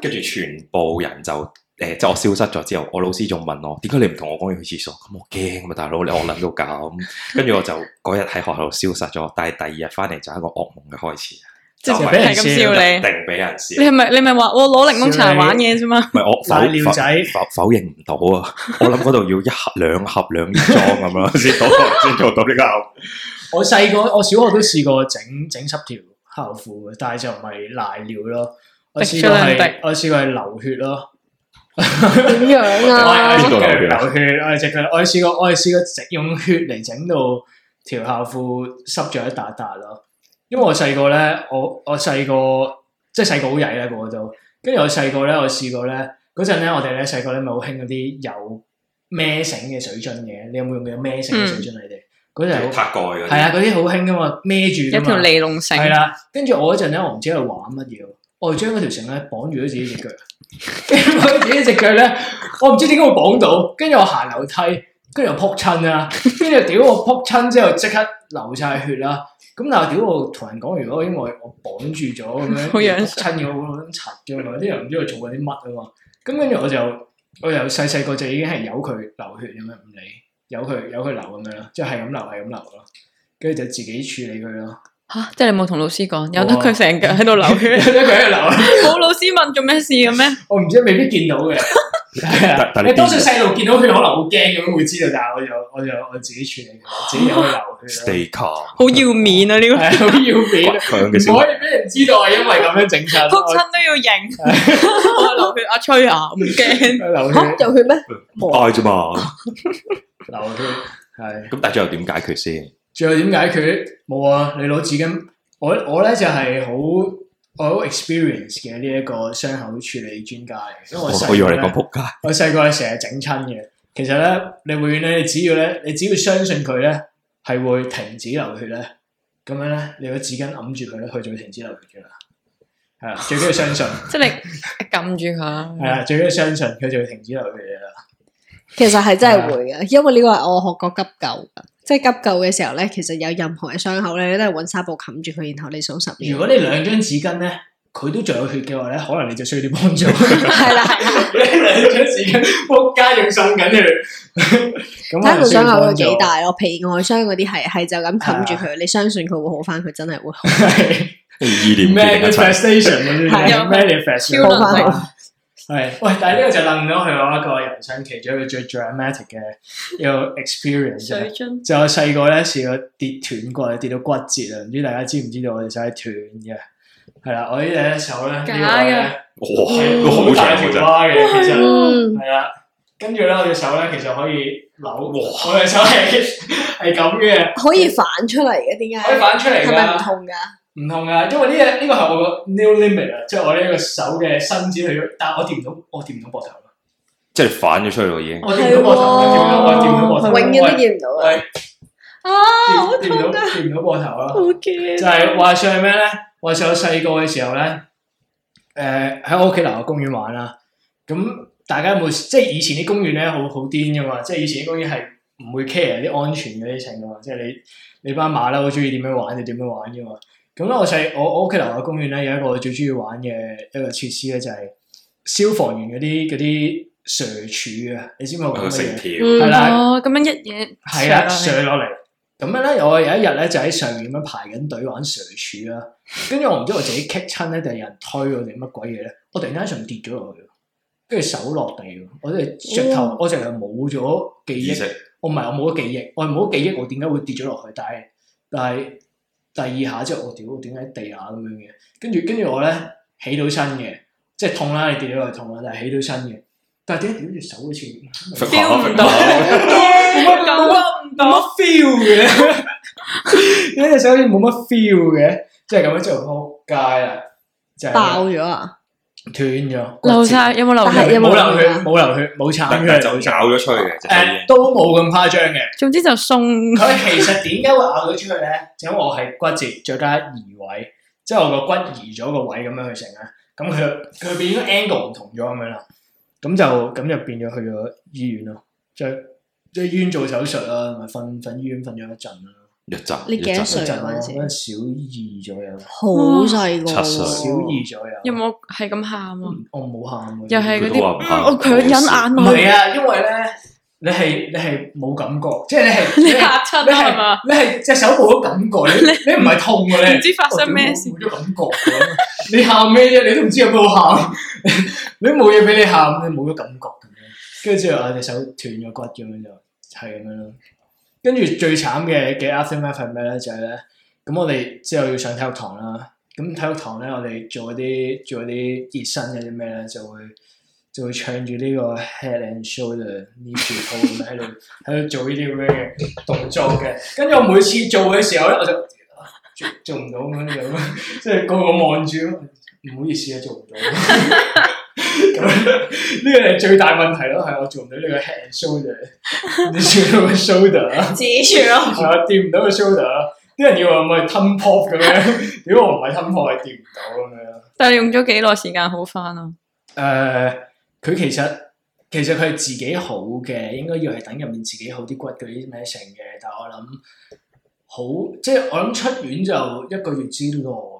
Speaker 3: 跟住全部人就誒、即係我消失咗之後，我老師仲問我點解你唔同我講要去廁所？咁我驚啊嘛，大佬你我諗到咁，跟住我就嗰日喺學校度消失咗，但係第二日翻嚟就係一個噩夢嘅開始。
Speaker 2: 即
Speaker 4: 係俾
Speaker 2: 係
Speaker 4: 人笑
Speaker 2: 咁笑
Speaker 3: 一
Speaker 2: 你。
Speaker 3: 定俾人笑
Speaker 2: 你。係咪你咪話我攞檸檬茶玩嘢啫嘛？
Speaker 3: 唔係我
Speaker 4: 瀨尿
Speaker 3: 否
Speaker 4: 仔
Speaker 3: 否否否認唔到啊！我諗嗰度要一盒兩盒兩裝咁樣先到先做到呢個效。
Speaker 4: 我細個我小學都試過整整濕條校褲嘅，但係就唔係瀨尿咯。我試
Speaker 2: 滴
Speaker 4: 過
Speaker 2: 出兩
Speaker 4: 係
Speaker 2: 滴
Speaker 4: 我試過係流血咯，
Speaker 1: 點樣
Speaker 4: 我 係
Speaker 1: 啊
Speaker 4: 我？隻腳
Speaker 3: 邊度流血
Speaker 4: 流
Speaker 3: 啊
Speaker 4: 血，我係隻腳，我係試過我係試過整用血嚟整到條校褲濕咗一笪笪咯。因為我細個咧，我我細個即係細個好曳咧，個個都。跟住我細個咧，我試過咧嗰陣咧，我哋咧細個咧咪好興嗰啲有孭繩嘅水樽嘅，你有冇用過孭繩嘅水樽啊你哋？嗰陣係好
Speaker 3: 拍蓋嗰
Speaker 4: 係啊，嗰啲好興噶嘛，孭
Speaker 2: 一
Speaker 4: 住㗎嘛
Speaker 2: 條尼龍
Speaker 4: 係
Speaker 2: 繩，
Speaker 4: 啦，跟住我嗰陣咧，我唔知喺度玩乜嘢喎，我係將嗰條繩咧綁住咗自己只腳， 跟住綁住自己只腳咧，我唔知點解會綁到，跟住我行樓梯，跟住又撲親啦，跟住屌我撲親之後即刻流晒血啦，咁但係屌我同人講，如果因為我綁住咗咁樣，
Speaker 2: 好樣
Speaker 4: 撲親嘅我好撚柒嘅嘛，啲人唔知佢做緊啲乜啊嘛，咁跟住我就我由細細個就已經係由佢流血咁樣唔理，由佢由佢流咁樣啦，即係係咁流係咁流咯，跟住就自己處理佢咯。
Speaker 2: 吓，啊即係你冇同老師講，由得
Speaker 4: 冇啊
Speaker 2: 佢成腳喺度流 血，
Speaker 4: 有得佢喺度流，
Speaker 2: 冇老師問做咩事嘅咩？
Speaker 4: 我唔知未必見到嘅。係啊
Speaker 3: 但，但你
Speaker 4: 你多數細路見到佢可能好驚咁樣會知道，但係我就我就我自己處理，我自己有去 流血
Speaker 3: Stay calm，
Speaker 2: 好要面啊呢個，
Speaker 4: 咯，係好要 面
Speaker 3: 倔
Speaker 4: 啊，
Speaker 3: 強嘅小
Speaker 4: 唔可以俾人知道係因為咁樣整 親。
Speaker 2: 撲親都要認。我流血阿吹啊，唔 驚。
Speaker 4: 我流血
Speaker 1: 嚇有血咩？冇
Speaker 3: 呆啫嘛。
Speaker 4: 流血係。
Speaker 3: 咁但係最後點解決先？
Speaker 4: 最後點解決？冇啊！你攞紙巾，我我咧就係好我好 experience 嘅呢一個傷口處理專家嚟嘅，因為
Speaker 3: 我
Speaker 4: 我細
Speaker 3: 我以
Speaker 4: 個
Speaker 3: 為
Speaker 4: 呢
Speaker 3: 你講仆街，
Speaker 4: 我細個係成日整親嘅。其實咧，你永遠咧，你只要咧，你只要相信佢咧，係會停止流血咧，咁樣咧，你攞紙巾揞住佢咧，佢就會停止流血噶啦。係啦，最緊要 相信，
Speaker 2: 即係你撳住佢
Speaker 4: 係。啊啦，最緊要相信佢就會停止流血嘅啦。
Speaker 1: 其實係真
Speaker 4: 啊
Speaker 1: 係會嘅，因為呢個係我學過急救㗎，即係急救嘅時候咧，其實有任何嘅傷口咧，你都係揾紗布冚住佢，然後你數十
Speaker 4: 如
Speaker 1: 秒。
Speaker 4: 果你兩張紙巾咧，佢都仲有血嘅話咧，可能你就需要啲幫助。
Speaker 1: 係啦，
Speaker 4: 你兩張紙巾，仆街仲滲緊 血，咁啊
Speaker 1: 睇下個傷
Speaker 4: 可能需要
Speaker 1: 口有
Speaker 4: 幫
Speaker 1: 幾
Speaker 4: 助。
Speaker 1: 大 咯，皮外傷嗰啲係係就咁
Speaker 4: 啊
Speaker 1: 冚住佢，你相信佢會好翻，佢真係會好。
Speaker 3: 意念決定一切。
Speaker 4: manifestation 嗰啲
Speaker 1: 係
Speaker 2: 啊
Speaker 4: manifestation
Speaker 2: 超
Speaker 1: 好翻
Speaker 2: 能力
Speaker 1: 好。
Speaker 4: 系，喂！但系呢個就楞咗去我一個人生其中一個最 dramatic 嘅一個 experience 啊
Speaker 2: 水樽
Speaker 4: 就我細個咧試過跌斷過，跌到骨折啊！唔知大家知唔知道我隻手係斷嘅？係啦，我呢隻手咧，呢
Speaker 2: 假
Speaker 4: 個位咧係
Speaker 3: 哇，
Speaker 4: 好
Speaker 3: 哦好
Speaker 4: 大條
Speaker 3: 長喎真係，
Speaker 4: 蛙嘅，其實。
Speaker 1: 嗯，
Speaker 4: 系啦，跟住咧，我隻手咧其實可以扭，我隻手係係咁嘅，
Speaker 1: 可以反出嚟嘅，點
Speaker 4: 可以
Speaker 1: 解？
Speaker 4: 反出嚟
Speaker 1: 係咪唔
Speaker 4: 㗎，
Speaker 1: 痛㗎？
Speaker 4: 唔痛噶，因為呢個呢個係我個 new limit 啊，即係我呢個手嘅伸展去咗，但係我掂唔到，我掂唔到膊頭啊，
Speaker 3: 即係反咗出去咯已經。
Speaker 4: 我掂唔到膊頭啊，
Speaker 1: 係喎
Speaker 4: 我掂唔到膊頭，
Speaker 1: 永遠都見唔到啊！
Speaker 4: 喂
Speaker 2: 啊，好
Speaker 4: 掂掂唔
Speaker 2: 痛
Speaker 4: 到
Speaker 2: 啊，
Speaker 4: 掂唔到膊頭啦。
Speaker 2: 好驚啊
Speaker 4: 就
Speaker 3: 啊
Speaker 4: 係話説係咩咧？話説我細個嘅時候咧，誒喺我屋企樓下公園玩啦。咁大家有冇即係以前啲公園咧好好癲噶嘛？即係以前啲公園係唔會 care 啲安全嗰啲情噶嘛？即係你你班馬騮好中意點樣玩就點樣玩噶嘛？咁咧我細我我屋企樓下公園咧有一個我最中意玩嘅一個設施咧就係、消防員嗰啲嗰啲蛇柱啊！你知唔知我
Speaker 3: 有個
Speaker 4: 講乜
Speaker 3: 哦成
Speaker 4: 嘢？
Speaker 3: 條，
Speaker 1: 嗯
Speaker 4: 係啦
Speaker 2: 哦，咁樣一嘢
Speaker 4: 係啦，
Speaker 2: 上
Speaker 4: 上落嚟。咁樣咧，我有一日咧就喺上面咁樣排緊隊玩蛇柱啦，啊跟住我唔知我自己棘親咧定係有人推我定乜鬼嘢咧，我突然間喺上面跌咗落去，跟住手落地喎，我真係直頭
Speaker 1: 哦
Speaker 4: 我直頭冇咗記
Speaker 3: 意
Speaker 4: 憶，
Speaker 3: 識
Speaker 4: 我唔係我冇咗記憶，我係冇咗記憶，我點解會跌咗落去？但係但係第二下之後，我屌我點解喺地下咁樣嘅？跟住跟住我咧起到身嘅，即係痛啦，你跌咗落去痛啦，但係起到身嘅，但係點解屌住手好似冇
Speaker 2: feel
Speaker 4: 乜
Speaker 2: 唔到，
Speaker 4: 冇乜
Speaker 2: 感覺唔
Speaker 4: 冇
Speaker 2: 到，
Speaker 4: 乜 feel 嘅，呢隻手好似冇乜 feel 嘅，即係咁樣之後撲街啦，就係
Speaker 1: 爆咗啊！
Speaker 4: 斷咗，
Speaker 2: 流晒有冇流
Speaker 1: 但係
Speaker 2: 血？
Speaker 1: 有
Speaker 4: 冇
Speaker 1: 冇
Speaker 4: 流
Speaker 1: 流血
Speaker 4: 血
Speaker 1: 啊
Speaker 4: 冇流血冇慘
Speaker 3: 但但
Speaker 4: 嘅，
Speaker 3: 就
Speaker 4: 冇慘
Speaker 3: 咬咗出去嘅，隻手已
Speaker 4: 誒都冇咁誇張嘅。
Speaker 2: 總之就送
Speaker 4: 佢其實點解會咬到出去咧？就因為我係骨折，再加移位，即係我個骨移咗個位咁樣去成啦。咁佢佢變咗 angle 唔同咗咁樣啦。咁就咁就變咗去咗醫院咯，即係即係醫院做手術啦，咪瞓瞓醫院瞓咗一陣啦。
Speaker 3: 經一陣
Speaker 1: 你
Speaker 3: 一
Speaker 1: 幾多
Speaker 3: 陣
Speaker 1: 歲啊
Speaker 4: 嗰陣我
Speaker 1: 嗰陣時
Speaker 4: 嗰陣小二左右，
Speaker 1: 好細個喎，
Speaker 3: 哇七歲
Speaker 4: 小二左
Speaker 2: 有
Speaker 4: 右。
Speaker 2: 冇係咁喊啊？
Speaker 4: 我冇喊啊
Speaker 2: 又係嗰
Speaker 3: 佢都話
Speaker 2: 啲
Speaker 3: 唔，
Speaker 2: 嗯
Speaker 3: 喊
Speaker 2: 我強忍眼
Speaker 4: 唔
Speaker 2: 淚，
Speaker 4: 係啊？因為咧，你係你係冇感覺，即係你係
Speaker 2: 你
Speaker 4: 係
Speaker 2: 嚇親啊
Speaker 4: 你
Speaker 2: 係嘛？
Speaker 4: 你係隻手冇咗感覺，你你唔係痛嘅咧，
Speaker 2: 唔知發生咩事
Speaker 4: 我屌冇咗感覺㗎你喊咩啫？你都唔知有冇喊， 你冇嘢俾你喊，你冇咗感覺咁樣。跟住之後我隻手斷咗骨咁樣就係咁樣咯。跟住最慘嘅嘅 aftermath 係咩咧？就係、咧，咁我哋之後要上體育堂啦。咁體育堂咧，我哋做嗰啲做嗰啲熱身嗰啲咩咧，就會就會唱住呢個 head and shoulder 呢條套咁樣喺度喺度做呢啲咁樣嘅動作嘅。跟住我每次做嘅時候咧，我就啊做做唔到咁樣 就咁，即係個個望住，唔好意思啊，做唔到。咁呢個係最大問題咯，係我做唔到呢個 head and shoulder，你做到個 shoulder 啊。
Speaker 1: 指住咯，
Speaker 4: 係啊，掂唔到個 shoulder 啊！啲人以為我係 turn pop 咁樣，屌我唔係 turn pop，係掂唔到咁樣。誒、
Speaker 2: 但係用咗幾耐時間好翻啊？
Speaker 4: 呃佢其實其實佢係自己好嘅，應該要係等入面自己好啲骨嗰啲咩成嘅。但係我諗好，即係我諗出院就一個月之內咯。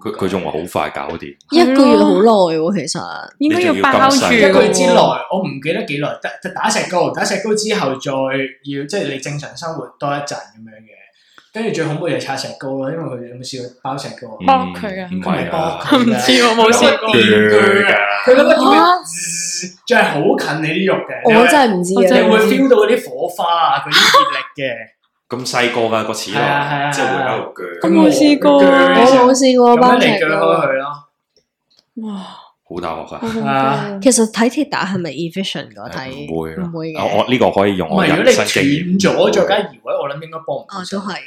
Speaker 3: 佢佢仲話好快搞掂，
Speaker 1: 一個月好耐喎，其實
Speaker 2: 應該要包住
Speaker 3: 你仲
Speaker 4: 一
Speaker 3: 要咁細
Speaker 4: 個月之內，
Speaker 2: 喎
Speaker 4: 我唔記得幾耐，打打石膏，打石膏之後再要即係你正常生活多一陣咁樣嘅。跟住最恐怖就係擦石膏咯，因為佢有冇試過包石膏
Speaker 1: 嗯
Speaker 4: 啊？
Speaker 2: 幫佢啊
Speaker 3: 唔
Speaker 4: 佢咪
Speaker 3: 係
Speaker 4: 幫
Speaker 3: 啊，
Speaker 4: 佢
Speaker 2: 唔知喎，冇試過。
Speaker 4: 佢
Speaker 3: 㗎，
Speaker 4: 佢嗰個點
Speaker 1: 啊
Speaker 4: 樣滋，仲係好近你啲肉嘅，
Speaker 1: 我
Speaker 4: 你會
Speaker 1: 真係唔知
Speaker 2: 我真
Speaker 4: 你
Speaker 2: 係
Speaker 1: 啊
Speaker 4: 會 feel 到嗰啲火花啊，嗰啲熱力嘅。
Speaker 3: 咁細個㗎個齒
Speaker 4: 係啊係啊
Speaker 3: 輪，即係會
Speaker 4: 係啊
Speaker 3: 喺度鋸，
Speaker 2: 咁冇試過啊
Speaker 1: 我冇試過
Speaker 4: 咁樣
Speaker 1: 包
Speaker 4: 嚟鋸
Speaker 1: 石
Speaker 4: 開
Speaker 1: 膏。
Speaker 4: 佢咯。
Speaker 2: 哇，
Speaker 3: 好大鑊㗎。
Speaker 2: 好恐怖
Speaker 4: 啊
Speaker 2: 啊！
Speaker 1: 其實睇鐵打係咪 efficient 嗰睇？
Speaker 3: 唔會啦
Speaker 1: 唔會
Speaker 3: 啊
Speaker 1: 嘅。
Speaker 3: 我呢個可以用
Speaker 4: 唔
Speaker 3: 我
Speaker 4: 係，如果
Speaker 3: 人
Speaker 4: 你
Speaker 3: 生經驗。
Speaker 4: 斷咗再加移位，我諗應該幫唔到
Speaker 1: 哦，
Speaker 4: 手。
Speaker 1: 都係嘅。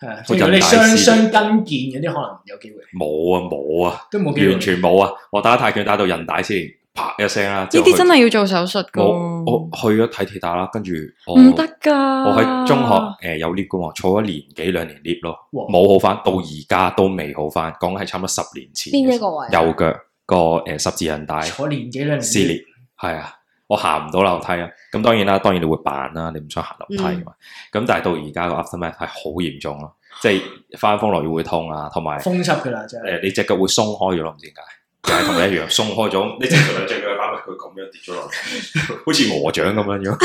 Speaker 4: 係啊，
Speaker 3: 好
Speaker 4: 如果你
Speaker 3: 人大
Speaker 4: 雙
Speaker 3: 師
Speaker 4: 雙跟腱嗰啲，可能有機會，
Speaker 3: 冇啊冇啊，
Speaker 4: 都冇機會。
Speaker 3: 完全冇啊！我打泰拳打到韌帶先，啪一聲啊啦。呢
Speaker 2: 呢啲真係要做手術噶，
Speaker 3: 我我
Speaker 2: 唔
Speaker 3: 去咗睇鐵打啦，跟住我
Speaker 2: 得噶。
Speaker 3: 我喺中學誒有 lift 噶嘛，坐咗年幾兩年 lift 咯，
Speaker 4: 哇
Speaker 3: 冇好翻，到而家都未好翻，講緊係差唔多十年前嘅事。
Speaker 1: 邊一個位啊？
Speaker 3: 右腳個誒十字韌帶
Speaker 4: 坐年幾兩年
Speaker 3: 撕裂，係啊，我行唔到樓梯啊。咁當然啦，當然你會扮啦，你唔想行樓梯啊嘛。咁但係到而家個 aftermath 係好嚴重咯，即係翻風落雨會痛啊，同埋
Speaker 4: 風濕㗎啦，真係。
Speaker 3: 呃誒你隻腳會鬆開咗咯，唔知點解。又係同你一樣鬆開咗，你隻腳兩隻腳打埋佢咁樣跌咗落嚟， 好似鵝掌咁樣樣。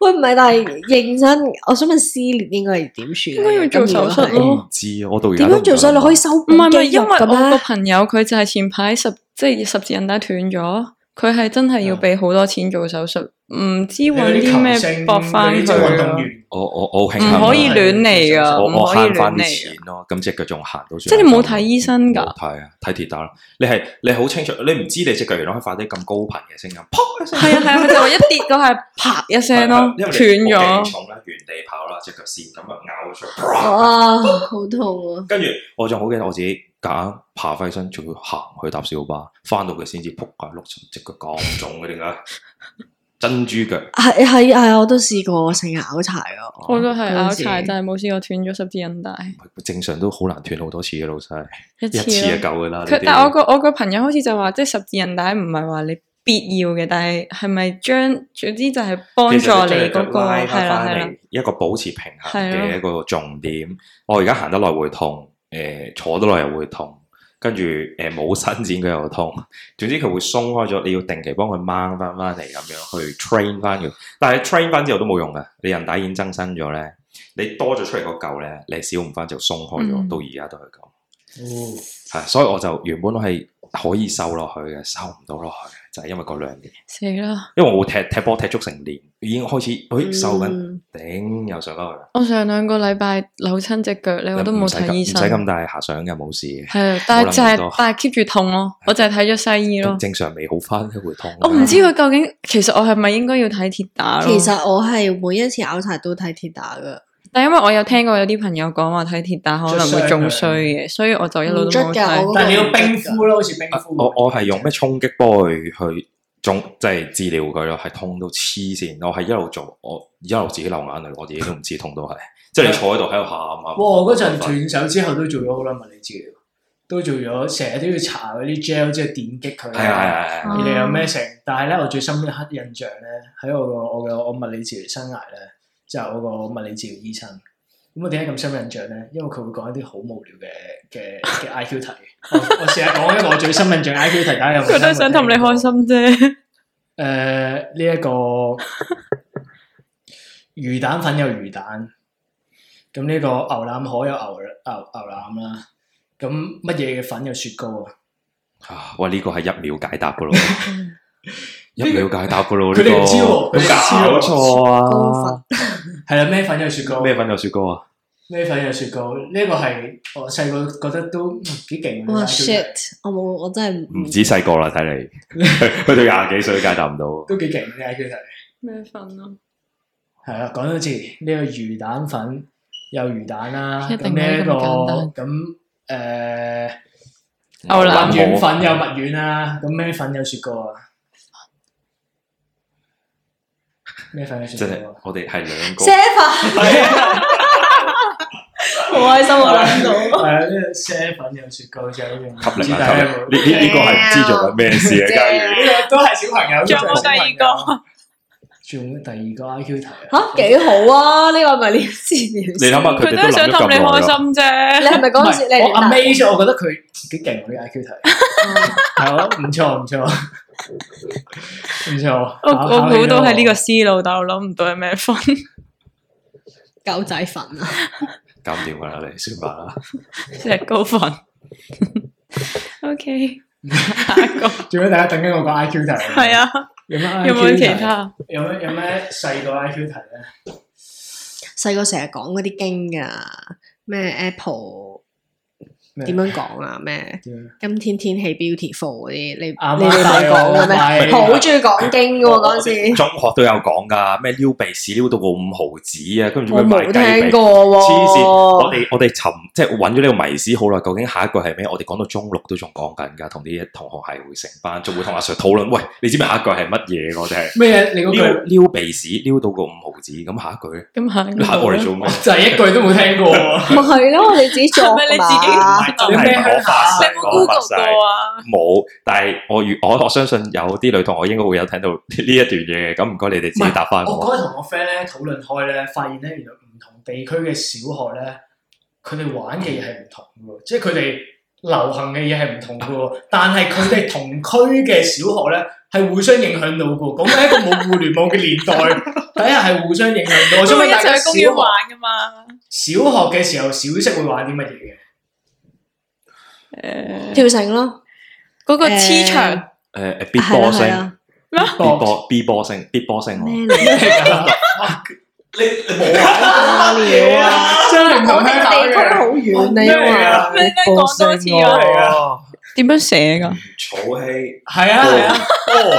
Speaker 1: 喂，唔係，但係認真，我想問撕裂應該係點啊處理？
Speaker 2: 應該要做手術
Speaker 3: 我
Speaker 2: 咯
Speaker 3: 唔知啊，我到而家
Speaker 1: 點
Speaker 3: 都
Speaker 1: 樣
Speaker 3: 唔
Speaker 1: 做手術
Speaker 3: 明
Speaker 1: 可以修
Speaker 2: 唔係唔係，
Speaker 1: 肌
Speaker 2: 因
Speaker 1: 肉
Speaker 2: 為我
Speaker 1: 咁
Speaker 2: 個
Speaker 1: 咧？
Speaker 2: 朋友佢就係前排十即係十字韌帶斷咗，佢係真係要俾好多錢做手術，唔知
Speaker 4: 你嗰
Speaker 2: 揾啲
Speaker 4: 球
Speaker 2: 咩
Speaker 4: 星
Speaker 2: 搏翻
Speaker 4: 嗰啲
Speaker 2: 佢
Speaker 4: 運動
Speaker 2: 啊。
Speaker 4: 員
Speaker 3: 我我我好慶幸
Speaker 2: 唔
Speaker 3: 啦
Speaker 2: 可以亂嚟噶，
Speaker 3: 我
Speaker 2: 唔
Speaker 3: 我
Speaker 2: 可以
Speaker 3: 慳
Speaker 2: 亂
Speaker 3: 翻啲
Speaker 2: 嚟啊
Speaker 3: 錢
Speaker 2: 㗎。
Speaker 3: 咯，咁只腳仲行到算。
Speaker 2: 即係你冇睇醫生㗎
Speaker 3: 冇睇啊，睇鐵打啦。你係你好清楚，你唔知你只腳原來可以發啲咁高頻嘅聲音，砰一聲
Speaker 2: 係啊係啊，佢就話一跌嗰係啪一聲咯，
Speaker 3: 因
Speaker 2: 斷
Speaker 3: 為你啊我勁
Speaker 2: 咗。
Speaker 3: 重啦，原地跑啦，只腳跣咁啊咬咗出嚟。
Speaker 1: 哇，好痛 啊！
Speaker 3: 跟住我仲好記得我自己夾硬爬翻起身，仲要行去搭小巴，翻到佢先至撲街碌親，只腳咁重嘅點 解？珍珠腳，
Speaker 1: 係係啊係，我都試過，成日拗柴啊！
Speaker 2: 我都係拗
Speaker 1: 嗰陣時
Speaker 2: 柴，但係冇試過斷咗十字韌帶
Speaker 3: 啊正常都好難斷好多次嘅老細，
Speaker 2: 一
Speaker 3: 一
Speaker 2: 次
Speaker 3: 次就啊
Speaker 2: 咯。
Speaker 3: 夠嘅啦。
Speaker 2: 佢但係我個我個朋友好似就話，即係十字韌帶唔係話你必要嘅，但係係咪將總之就係幫助你嗰個係啦係
Speaker 3: 係啦係
Speaker 2: 啦
Speaker 3: 啦，，一個保持平衡
Speaker 2: 係
Speaker 3: 嘅
Speaker 2: 咯
Speaker 3: 一個重點。我而家行得耐會痛，誒、坐得耐又會痛，跟住誒冇伸展佢又痛。 總之佢會鬆開咗，你要定期幫佢掹翻翻嚟咁樣去 train 翻佢。但係 train 翻之後都冇用嘅，你人帶已經增生咗咧，你多咗出嚟嗰嚿咧，你少唔翻就鬆開咗，
Speaker 2: 嗯
Speaker 3: 到而家都係咁。
Speaker 4: 哦
Speaker 3: 係，所以我就原本我係可以瘦落去嘅，瘦唔到落去，就係、因為嗰兩年。
Speaker 2: 死啦！
Speaker 3: 因為我踢踢波踢足成年，已經開始誒瘦緊，
Speaker 1: 嗯
Speaker 3: 頂又上翻去啦。
Speaker 2: 我上兩個禮拜扭親隻腳咧，我都冇
Speaker 3: 唔使咁
Speaker 2: 睇醫
Speaker 3: 唔使咁
Speaker 2: 生。
Speaker 3: 大遐想嘅，冇事嘅。
Speaker 2: 係啊，但係就
Speaker 3: 冇諗咁
Speaker 2: 係
Speaker 3: 多
Speaker 2: 但係 keep 住痛咯，我就係睇咗西醫咯
Speaker 3: 咁。正常未好翻都會痛。啊
Speaker 2: 我唔知佢究竟，其實我係咪應該要睇鐵打咯？
Speaker 1: 其實我係每一次拗柴都睇鐵打噶，
Speaker 2: 但因為我有聽過有啲朋友講話睇鐵打可能
Speaker 3: 啊
Speaker 2: 會仲衰嘅，所以我就一路都冇
Speaker 1: 唔出㗎
Speaker 2: 睇
Speaker 1: 我。
Speaker 4: 但係你要冰敷咯，好似冰
Speaker 3: 啊
Speaker 4: 敷。
Speaker 3: 我我係用咩衝擊波去去中即係治療佢咯，係痛到黐線。我係一路做，我一路自己流眼淚，我自己都唔知痛到係。 即係你坐喺度喺度喊啊！
Speaker 4: 哇！我嗰陣斷手之後都做咗好多物理治療，都做咗，成日都要搽嗰啲 gel 即係電擊佢。
Speaker 3: 係啊係啊係啊
Speaker 4: 你哋有
Speaker 2: 哦
Speaker 4: 咩成？但係咧，我最深刻印象咧，喺我個我嘅我物理治療生涯咧，就係我個物理治療醫生。咁我點解咁深印象咧？因為佢會講一啲好無聊嘅嘅嘅 I Q 題。我我成日講一個我最深印象嘅 I Q 題，大家有冇聽過？
Speaker 2: 佢都係想氹你開心 啫。
Speaker 4: 誒呢一個魚蛋粉有魚蛋，咁呢個牛腩河有牛牛牛腩啦，咁乜嘢嘅粉有雪糕啊？
Speaker 3: 啊！哇！呢個係一秒解 答噶咯，一秒解答噶咯。
Speaker 4: 佢
Speaker 3: 呢個
Speaker 4: 哋唔知喎佢哋唔知喎
Speaker 3: 搞錯
Speaker 1: 高
Speaker 3: 啊！
Speaker 1: 分
Speaker 4: 係啦，咩粉有雪糕？
Speaker 3: 咩粉有雪糕啊？
Speaker 4: 咩粉有雪糕？呢個係我細個覺得都嗯幾勁嘅。
Speaker 1: 哇
Speaker 2: 啊
Speaker 4: 呢個
Speaker 1: shit！我冇，我真係
Speaker 3: 唔止細個啦，睇嚟去到廿幾歲都解答唔到。
Speaker 4: 都幾勁嘅 I Q 題。
Speaker 2: 咩粉
Speaker 1: 啊
Speaker 2: 咯？
Speaker 4: 係啦，講多次呢個魚蛋粉有魚蛋啦，
Speaker 2: 一
Speaker 4: 咁
Speaker 2: 定冇
Speaker 4: 呢
Speaker 2: 咁
Speaker 4: 一個
Speaker 2: 簡
Speaker 4: 咁誒
Speaker 2: 牛
Speaker 4: 蜜
Speaker 2: 腩
Speaker 4: 丸粉有蜜丸啦，咁咩粉有雪糕啊？咩粉有雪
Speaker 3: 真係
Speaker 4: 糕啊？啊
Speaker 3: 我哋係兩個
Speaker 1: s e v 好開心我諗 到。
Speaker 4: 係啊，呢個啡粉有雪糕就係呢樣，唔
Speaker 3: 吸
Speaker 4: 知
Speaker 3: 力
Speaker 4: 大
Speaker 3: 啊！
Speaker 4: 家
Speaker 3: 吸
Speaker 4: 有冇
Speaker 3: 力呢呢呢個係唔知做緊咩事啊嘅，家
Speaker 1: 正
Speaker 3: 瑜。
Speaker 4: 呢個都係小朋友。
Speaker 2: 仲有冇第二個？
Speaker 4: 仲有第二個 I Q 題啊？
Speaker 1: 吓幾好啊！呢個咪你治療
Speaker 3: 你
Speaker 1: 師
Speaker 3: 諗下，佢
Speaker 2: 佢
Speaker 3: 哋
Speaker 2: 都
Speaker 3: 都
Speaker 2: 係想
Speaker 3: 諗咗
Speaker 2: 氹你開
Speaker 3: 咁耐咯。
Speaker 2: 心
Speaker 1: 你
Speaker 2: 啫。
Speaker 1: 係啊嗯咪
Speaker 4: 唔
Speaker 1: 嗰陣時
Speaker 4: 係
Speaker 1: 你
Speaker 4: 我
Speaker 1: 嗱
Speaker 4: amaze 咗，我覺得佢幾勁喎呢個 I Q 題。係咯，唔錯唔錯，唔錯。
Speaker 2: 我我估到係呢個
Speaker 4: 考起咗
Speaker 2: 思路，但我諗唔到係咩 粉。
Speaker 1: 狗仔粉啊？
Speaker 3: 搞掂㗎啦，你算吧啦。
Speaker 2: 石膏 粉。O K，下一個
Speaker 4: 我，仲有大家等緊我個 I Q 題。
Speaker 2: 係啊，
Speaker 4: 有咩
Speaker 2: 有冇
Speaker 4: IQ 題
Speaker 2: 其？他？
Speaker 4: 有咩有咩細個 I Q 題咧？
Speaker 1: 細個成日講嗰啲經噶，咩 Apple
Speaker 4: 咩
Speaker 1: 點樣講啊？咩
Speaker 4: 點樣
Speaker 1: 今天天氣 beautiful 嗰啲，你你
Speaker 4: 啱
Speaker 1: 哋咪講嘅咩？
Speaker 4: 咩
Speaker 1: 好中意講經嘅喎嗰陣時，
Speaker 3: 中學都有講㗎，咩撩鼻屎撩到個五毫子啊，跟住
Speaker 1: 我
Speaker 3: 咩買
Speaker 1: 冇
Speaker 3: 雞
Speaker 1: 聽
Speaker 3: 髀。
Speaker 1: 過
Speaker 3: 黐線！我
Speaker 1: 喎。
Speaker 3: 哋我哋尋即係揾咗呢個迷思好耐，究竟下一個係咩？我哋講到中六都仲講緊㗎，同啲同學係會成班，仲會同阿 Sir 討論。喂，你知唔知下一個係乜嘢？我哋係
Speaker 4: 咩？啊你嗰
Speaker 3: 撩
Speaker 4: 句
Speaker 3: 撩鼻屎撩到個五毫子，咁下一句咧？
Speaker 2: 咁下一個
Speaker 3: 嚇我哋做咩？
Speaker 4: 就係一句都冇聽過喎。
Speaker 1: 咪 係咯，我哋自己作
Speaker 2: 係咪你自己
Speaker 1: 嘛
Speaker 2: 諗
Speaker 3: 真係講發
Speaker 2: 啊你
Speaker 3: 晒，
Speaker 2: 有冇
Speaker 3: 講發
Speaker 2: Google
Speaker 3: 晒。
Speaker 2: 過啊？
Speaker 3: 冇，但係我如我我相信有啲女同學應該會有聽到呢一段嘢嘅，咁唔該你哋自己答翻
Speaker 4: 我
Speaker 3: 我。啊
Speaker 4: 嗰日同我 friend 咧討論開咧，發現咧原來唔同地區嘅小學咧，佢哋玩嘅嘢係唔同嘅喎，即係佢哋流行嘅嘢係唔同嘅喎。但係佢哋同區嘅小學咧係互相影響到嘅喎。咁喺一個冇互聯網嘅年代底下係互相影響到。我
Speaker 2: 我
Speaker 4: 想
Speaker 2: 哋
Speaker 4: 問
Speaker 2: 一
Speaker 4: 大
Speaker 2: 齊
Speaker 4: 家
Speaker 2: 去公
Speaker 4: 小學
Speaker 2: 園玩噶嘛？
Speaker 4: 小學嘅時候小息會玩啲乜嘢嘅？
Speaker 2: 誒，
Speaker 1: 跳繩咯，
Speaker 2: 嗰個黐牆。
Speaker 3: 誒誒，必
Speaker 1: 係啦
Speaker 3: 波
Speaker 1: 係
Speaker 3: 聲
Speaker 1: 啦，
Speaker 3: 必波必波聲必波聲，
Speaker 1: 咩
Speaker 3: 我
Speaker 1: 嚟？
Speaker 4: 咩嚟㗎？
Speaker 3: 你你冇玩
Speaker 1: 錯了啊！
Speaker 4: 真係
Speaker 1: 我
Speaker 4: 唔
Speaker 1: 哋
Speaker 4: 同香港
Speaker 1: 地區
Speaker 4: 嘅
Speaker 1: 好遠啊嘛，
Speaker 2: 咩咩講多次啊？
Speaker 4: 啊！
Speaker 2: 點樣寫噶？
Speaker 3: 草希，
Speaker 4: 係啊係啊，哦，